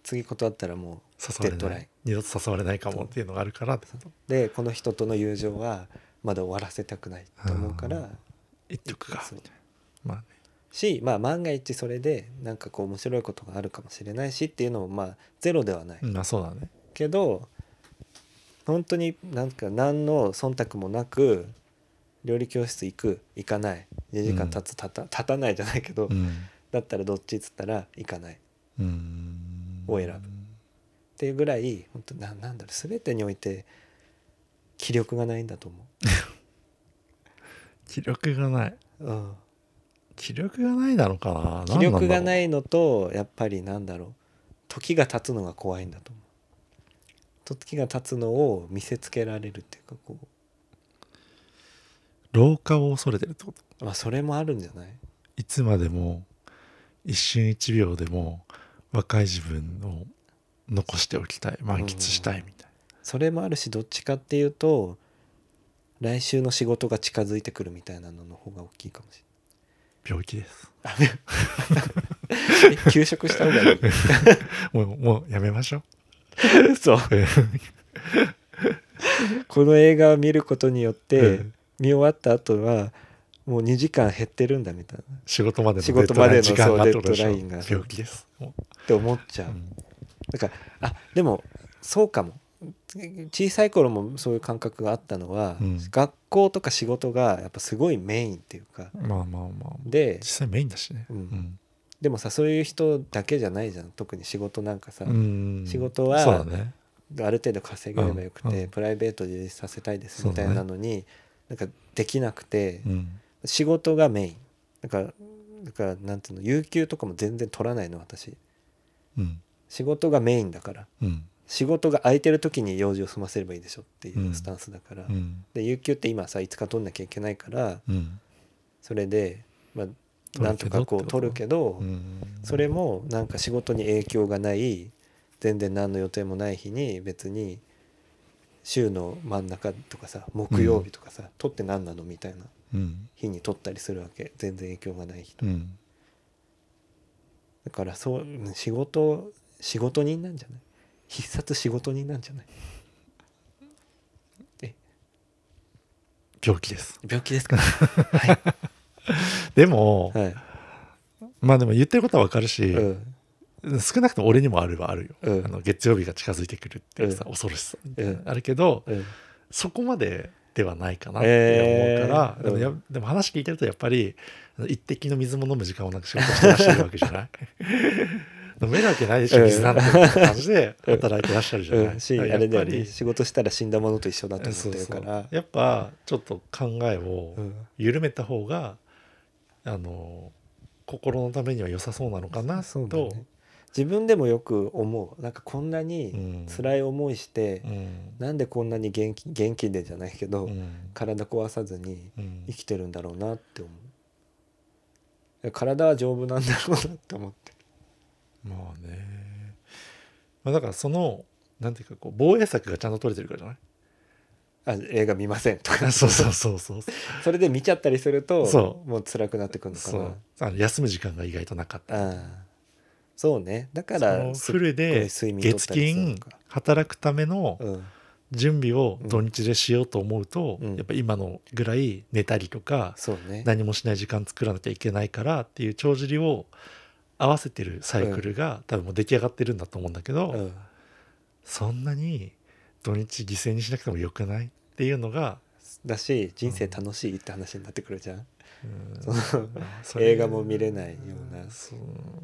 [SPEAKER 1] 次断ったらも
[SPEAKER 2] 誘
[SPEAKER 1] デッ
[SPEAKER 2] わ
[SPEAKER 1] ド
[SPEAKER 2] れ
[SPEAKER 1] ラ
[SPEAKER 2] な
[SPEAKER 1] イン
[SPEAKER 2] い二度と誘われないかもっていうのがあるからってこと
[SPEAKER 1] うでこの人との友情はまだ終わらせたくないと思うか
[SPEAKER 2] うん
[SPEAKER 1] ら
[SPEAKER 2] 言っとくか
[SPEAKER 1] そう
[SPEAKER 2] みたいなまあね
[SPEAKER 1] しまあ万が一それでなんかこう面白いことがあるかもしれないしっていうのもまあゼロではない
[SPEAKER 2] うんまあそうだね
[SPEAKER 1] けど本当になんか何の忖度もなく料理教室行く行かない2時間経つ経た経たないじゃないけど、
[SPEAKER 2] うん
[SPEAKER 1] だったらどっちっつったら行かないっ
[SPEAKER 2] うん
[SPEAKER 1] を選ぶていうぐらい本当ななんだろう全てにおいて気力がないんだと思、
[SPEAKER 2] 気力がないう
[SPEAKER 1] うん、
[SPEAKER 2] 気力がないなのかな
[SPEAKER 1] 気力がないいのとやっぱりなんだろう時が経つのが怖いんだと思う時が経つのを見せつけられるっていうかこ
[SPEAKER 2] 老化を恐れてるってこと
[SPEAKER 1] うまあそれもあるんじゃない
[SPEAKER 2] いつまでも一瞬一秒でも若い自分を残しておきたい満喫したいみたい
[SPEAKER 1] それもあるしどっちかっていうと来週の仕事が近づいてくるみたいなのの方が大きいかもし
[SPEAKER 2] な病気です
[SPEAKER 1] れないえ休職した方がいい
[SPEAKER 2] もうもうやめましょ
[SPEAKER 1] そう
[SPEAKER 2] う
[SPEAKER 1] [LAUGHS] この映画を見ることによって
[SPEAKER 2] うん
[SPEAKER 1] 見終わった後はもう2時間減ってるんだみたいな
[SPEAKER 2] 仕事までの
[SPEAKER 1] 仕事までの
[SPEAKER 2] デッドライン時間がってことでしょ
[SPEAKER 1] そうデッドラインが
[SPEAKER 2] 病気です
[SPEAKER 1] っ
[SPEAKER 2] も
[SPEAKER 1] て思っちゃ
[SPEAKER 2] う、う
[SPEAKER 1] うんだからあでもそうかも小さい頃もそういう感覚があったのは、
[SPEAKER 2] うん
[SPEAKER 1] 学校とか仕事がやっぱすごいメインっていうか
[SPEAKER 2] まあまあまあまあ
[SPEAKER 1] で
[SPEAKER 2] 実際メインだしね
[SPEAKER 1] う
[SPEAKER 2] うん
[SPEAKER 1] ん、でもさそういう人だけじゃないじゃん特に仕事なんかさ、
[SPEAKER 2] うん
[SPEAKER 1] 仕事は
[SPEAKER 2] そうだね
[SPEAKER 1] ある程度稼げればよくて、
[SPEAKER 2] うんうん
[SPEAKER 1] プライベートで充実させたいです
[SPEAKER 2] そ
[SPEAKER 1] み
[SPEAKER 2] うだ
[SPEAKER 1] た
[SPEAKER 2] ね
[SPEAKER 1] いなのに、なんかできなくて、
[SPEAKER 2] うん
[SPEAKER 1] 仕事がメインだからだからなんていうの有給とかも全然取らないの私
[SPEAKER 2] うん
[SPEAKER 1] 仕事がメインだから
[SPEAKER 2] うん
[SPEAKER 1] 仕事が空いてる時に用事を済ませればいいでしょっていうんスタンスだから、
[SPEAKER 2] うん
[SPEAKER 1] で有給って今さ5日取んなきゃいけないから
[SPEAKER 2] うん
[SPEAKER 1] それで、まあ、なんとかこう
[SPEAKER 2] 取
[SPEAKER 1] 取
[SPEAKER 2] る
[SPEAKER 1] る
[SPEAKER 2] け
[SPEAKER 1] けど、
[SPEAKER 2] うん
[SPEAKER 1] それもなんか仕事に影響がない全然何の予定もない日に別に週の真ん中とかさ木曜日とかさ、取って何なのみたいな
[SPEAKER 2] うん
[SPEAKER 1] 日に取ったりするわけ全然影響がない日と
[SPEAKER 2] うん
[SPEAKER 1] だからそううん仕事仕事人なんじゃない必殺仕事人なんじゃないえ
[SPEAKER 2] 病気です
[SPEAKER 1] 病気ですかは
[SPEAKER 2] でも
[SPEAKER 1] い、 [LAUGHS] はい、
[SPEAKER 2] まあでも言ってることはわかるし、
[SPEAKER 1] うん
[SPEAKER 2] 少なくとも俺にもあるはあるよ、
[SPEAKER 1] うん
[SPEAKER 2] あの月曜日が近づいてくるっていうさ、恐ろしさ、
[SPEAKER 1] うん
[SPEAKER 2] あるけど、
[SPEAKER 1] うん
[SPEAKER 2] そこまでではないかなって思うから、
[SPEAKER 1] えー
[SPEAKER 2] でもや
[SPEAKER 1] う
[SPEAKER 2] でも話聞いてるとやっぱり一滴の水も飲む時間をなく仕事してらっしゃるわけじゃ
[SPEAKER 1] [LAUGHS]
[SPEAKER 2] ない飲めるわけないでしょ水なんてって感じで働いてらっしゃるじゃない、
[SPEAKER 1] うんし
[SPEAKER 2] だ
[SPEAKER 1] あ
[SPEAKER 2] から
[SPEAKER 1] れだ
[SPEAKER 2] やっ
[SPEAKER 1] よ
[SPEAKER 2] ぱり
[SPEAKER 1] ね仕事したら死んだものと一緒だと思
[SPEAKER 2] そ
[SPEAKER 1] っ
[SPEAKER 2] う
[SPEAKER 1] てる
[SPEAKER 2] そ
[SPEAKER 1] か
[SPEAKER 2] う
[SPEAKER 1] ら
[SPEAKER 2] やっぱちょっと考えを
[SPEAKER 1] うん
[SPEAKER 2] 緩めた方が、あの心のためには良さそうなのかなと
[SPEAKER 1] そうだね自分でもよく思うなんかこんなに
[SPEAKER 2] ん
[SPEAKER 1] 辛い思いして
[SPEAKER 2] う、ん
[SPEAKER 1] なんでこんなに元気元気でじゃないけど、
[SPEAKER 2] うん
[SPEAKER 1] 体壊さずに
[SPEAKER 2] うん
[SPEAKER 1] 生きてるんだろうなって思う体は丈夫なんだろうなって思って
[SPEAKER 2] まあね、まあ、だからそのなんていうかこう防衛策がちゃんと取れてるからじゃない
[SPEAKER 1] あ映画見ません
[SPEAKER 2] [LAUGHS]
[SPEAKER 1] とか
[SPEAKER 2] そうそうそうそう
[SPEAKER 1] それで見ちゃったりすると
[SPEAKER 2] そ
[SPEAKER 1] もう辛くなってくるのか
[SPEAKER 2] そ
[SPEAKER 1] な
[SPEAKER 2] うあの休む時間が意外となかった
[SPEAKER 1] ああそうねだか
[SPEAKER 2] そ
[SPEAKER 1] ら
[SPEAKER 2] のフルで月金働くための
[SPEAKER 1] うん
[SPEAKER 2] 準備を土日でしようと思うと、
[SPEAKER 1] うん
[SPEAKER 2] やっぱ今のぐらい寝たりとか、
[SPEAKER 1] そうね
[SPEAKER 2] 何もしない時間作らなきゃいけないからっていう帳尻を合わせてるサイクルが、多分もう出来上がってるんだと思うんだけど、
[SPEAKER 1] うん
[SPEAKER 2] そんなに土日犠牲にしなくてもよくないっていうのが、
[SPEAKER 1] だし人生楽しいって話になってくるじゃん
[SPEAKER 2] うん
[SPEAKER 1] その
[SPEAKER 2] それ
[SPEAKER 1] 映画も見れないような
[SPEAKER 2] そう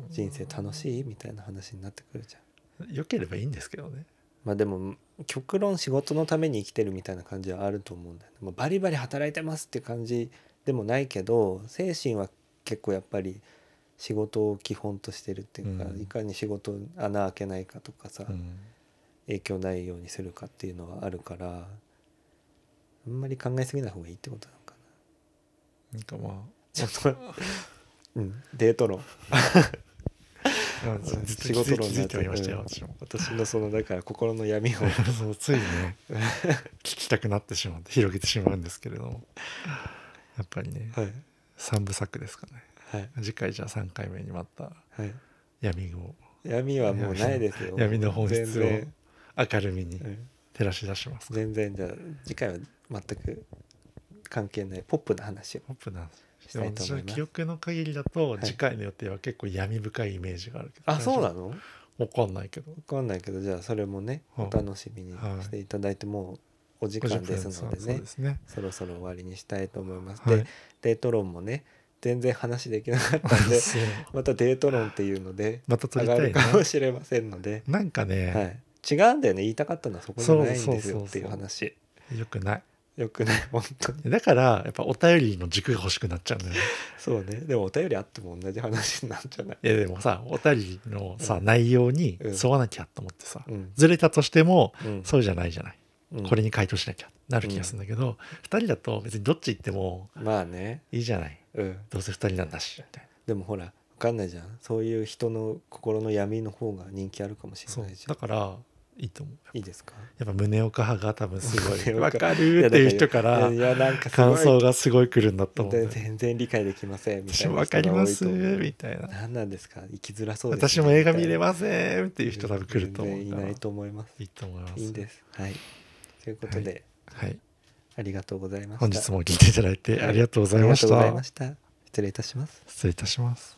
[SPEAKER 1] 人生楽しいみたいな話になってくるじゃん
[SPEAKER 2] 良ければいいんですけどね。
[SPEAKER 1] まあでも極論仕事のために生きてるみたいな感じはあると思うんだよね、まあ、バリバリ働いてますって感じでもないけど精神は結構やっぱり仕事を基本としてるっていうか、
[SPEAKER 2] うん
[SPEAKER 1] いかに仕事に穴開けないかとかさ、
[SPEAKER 2] うん
[SPEAKER 1] 影響ないようにするかっていうのはあるからあんまり考えすぎない方がいいってことなのかな
[SPEAKER 2] なんかまあ
[SPEAKER 1] ちょっと、
[SPEAKER 2] [LAUGHS]
[SPEAKER 1] うん、デート論
[SPEAKER 2] うんずっと
[SPEAKER 1] 仕事論
[SPEAKER 2] 気づいておりましたよ、
[SPEAKER 1] うん
[SPEAKER 2] 私も。
[SPEAKER 1] 私のそのだから心の闇を
[SPEAKER 2] そうついね [LAUGHS] 聞きたくなってしまって広げてしまうんですけれどもやっぱりね
[SPEAKER 1] はい
[SPEAKER 2] 3部作ですかね
[SPEAKER 1] はい
[SPEAKER 2] 次回じゃあ3回目にまた
[SPEAKER 1] はい
[SPEAKER 2] 闇を
[SPEAKER 1] 闇はもうないですよ
[SPEAKER 2] 闇の本質を
[SPEAKER 1] 全然
[SPEAKER 2] 明るみに
[SPEAKER 1] うん
[SPEAKER 2] 照らし出します
[SPEAKER 1] 全然じゃあ次回は全く関係ないポップな話を
[SPEAKER 2] ポップな
[SPEAKER 1] したいと
[SPEAKER 2] 私
[SPEAKER 1] 思
[SPEAKER 2] の
[SPEAKER 1] いま
[SPEAKER 2] 記
[SPEAKER 1] す。
[SPEAKER 2] 憶の限りだと
[SPEAKER 1] い
[SPEAKER 2] 次回の予定は結構闇深いイメージがあるけど
[SPEAKER 1] あそうな
[SPEAKER 2] の
[SPEAKER 1] の
[SPEAKER 2] わかんないけど
[SPEAKER 1] 分かんないけどじゃあそれもね
[SPEAKER 2] うん
[SPEAKER 1] お楽しみにしていただいてもうお時間ですの
[SPEAKER 2] 50分
[SPEAKER 1] で
[SPEAKER 2] そう
[SPEAKER 1] ね
[SPEAKER 2] ですね
[SPEAKER 1] そろそろ終わりにしたいと思います。
[SPEAKER 2] はい
[SPEAKER 1] でデート論もね全然話できなかった
[SPEAKER 2] [LAUGHS]
[SPEAKER 1] んで
[SPEAKER 2] [LAUGHS] そう
[SPEAKER 1] またデート論っていうので
[SPEAKER 2] また撮
[SPEAKER 1] 上
[SPEAKER 2] り
[SPEAKER 1] が
[SPEAKER 2] た
[SPEAKER 1] る
[SPEAKER 2] いね
[SPEAKER 1] かもしれませんので、
[SPEAKER 2] なんか
[SPEAKER 1] は
[SPEAKER 2] ね
[SPEAKER 1] い、違うんだよね言いたかったのはそこじゃないん
[SPEAKER 2] そうそう
[SPEAKER 1] です
[SPEAKER 2] そうそ
[SPEAKER 1] よ
[SPEAKER 2] う
[SPEAKER 1] っていう話
[SPEAKER 2] よくない
[SPEAKER 1] よくない本当に
[SPEAKER 2] だからやっぱお便りの軸が欲しくなっちゃうんだよね
[SPEAKER 1] そうねでもお便りあっても同じ話になるんじゃない、
[SPEAKER 2] いやでもさお便りのさ、
[SPEAKER 1] うん
[SPEAKER 2] 内容に
[SPEAKER 1] うん
[SPEAKER 2] 沿わなきゃと思ってさ、
[SPEAKER 1] うん
[SPEAKER 2] ずれたとしても
[SPEAKER 1] うん
[SPEAKER 2] そうじゃないじゃない、
[SPEAKER 1] うん
[SPEAKER 2] これに回答しなきゃなる気がするんだけど、二2人だと別にどっち行っても
[SPEAKER 1] まあね
[SPEAKER 2] いいじゃない
[SPEAKER 1] うん
[SPEAKER 2] どうせ2人なんだしみたいな
[SPEAKER 1] でもほらわかんないじゃんそういう人の心の闇の方が人気あるかもし
[SPEAKER 2] そ
[SPEAKER 1] れ
[SPEAKER 2] う
[SPEAKER 1] ないじゃ
[SPEAKER 2] だ
[SPEAKER 1] ん
[SPEAKER 2] からいいと思う
[SPEAKER 1] いいですか
[SPEAKER 2] やっぱ胸岡派が多分すご
[SPEAKER 1] 胸 [LAUGHS]
[SPEAKER 2] い
[SPEAKER 1] 岡
[SPEAKER 2] わかるっていう人から
[SPEAKER 1] いやなんか
[SPEAKER 2] 感想
[SPEAKER 1] が
[SPEAKER 2] がすごい来るんだと思うんだよね
[SPEAKER 1] 全然理解できませんみた
[SPEAKER 2] 私
[SPEAKER 1] いな
[SPEAKER 2] わかります
[SPEAKER 1] 人が多いと思う
[SPEAKER 2] みたいな
[SPEAKER 1] 何なんですか生きづらそうです
[SPEAKER 2] 私
[SPEAKER 1] ね
[SPEAKER 2] も映画見
[SPEAKER 1] みたい
[SPEAKER 2] れ
[SPEAKER 1] な
[SPEAKER 2] ませんっていう人多分来ると思う
[SPEAKER 1] 全
[SPEAKER 2] か
[SPEAKER 1] 然い
[SPEAKER 2] ら
[SPEAKER 1] ないと思います
[SPEAKER 2] いいと思います
[SPEAKER 1] いいんですはいということで、
[SPEAKER 2] はい
[SPEAKER 1] ありがとうございました
[SPEAKER 2] 本日も聞いていただいてありがとうございまし
[SPEAKER 1] ありがとうござい
[SPEAKER 2] た
[SPEAKER 1] ました失礼いたします
[SPEAKER 2] 失礼いたします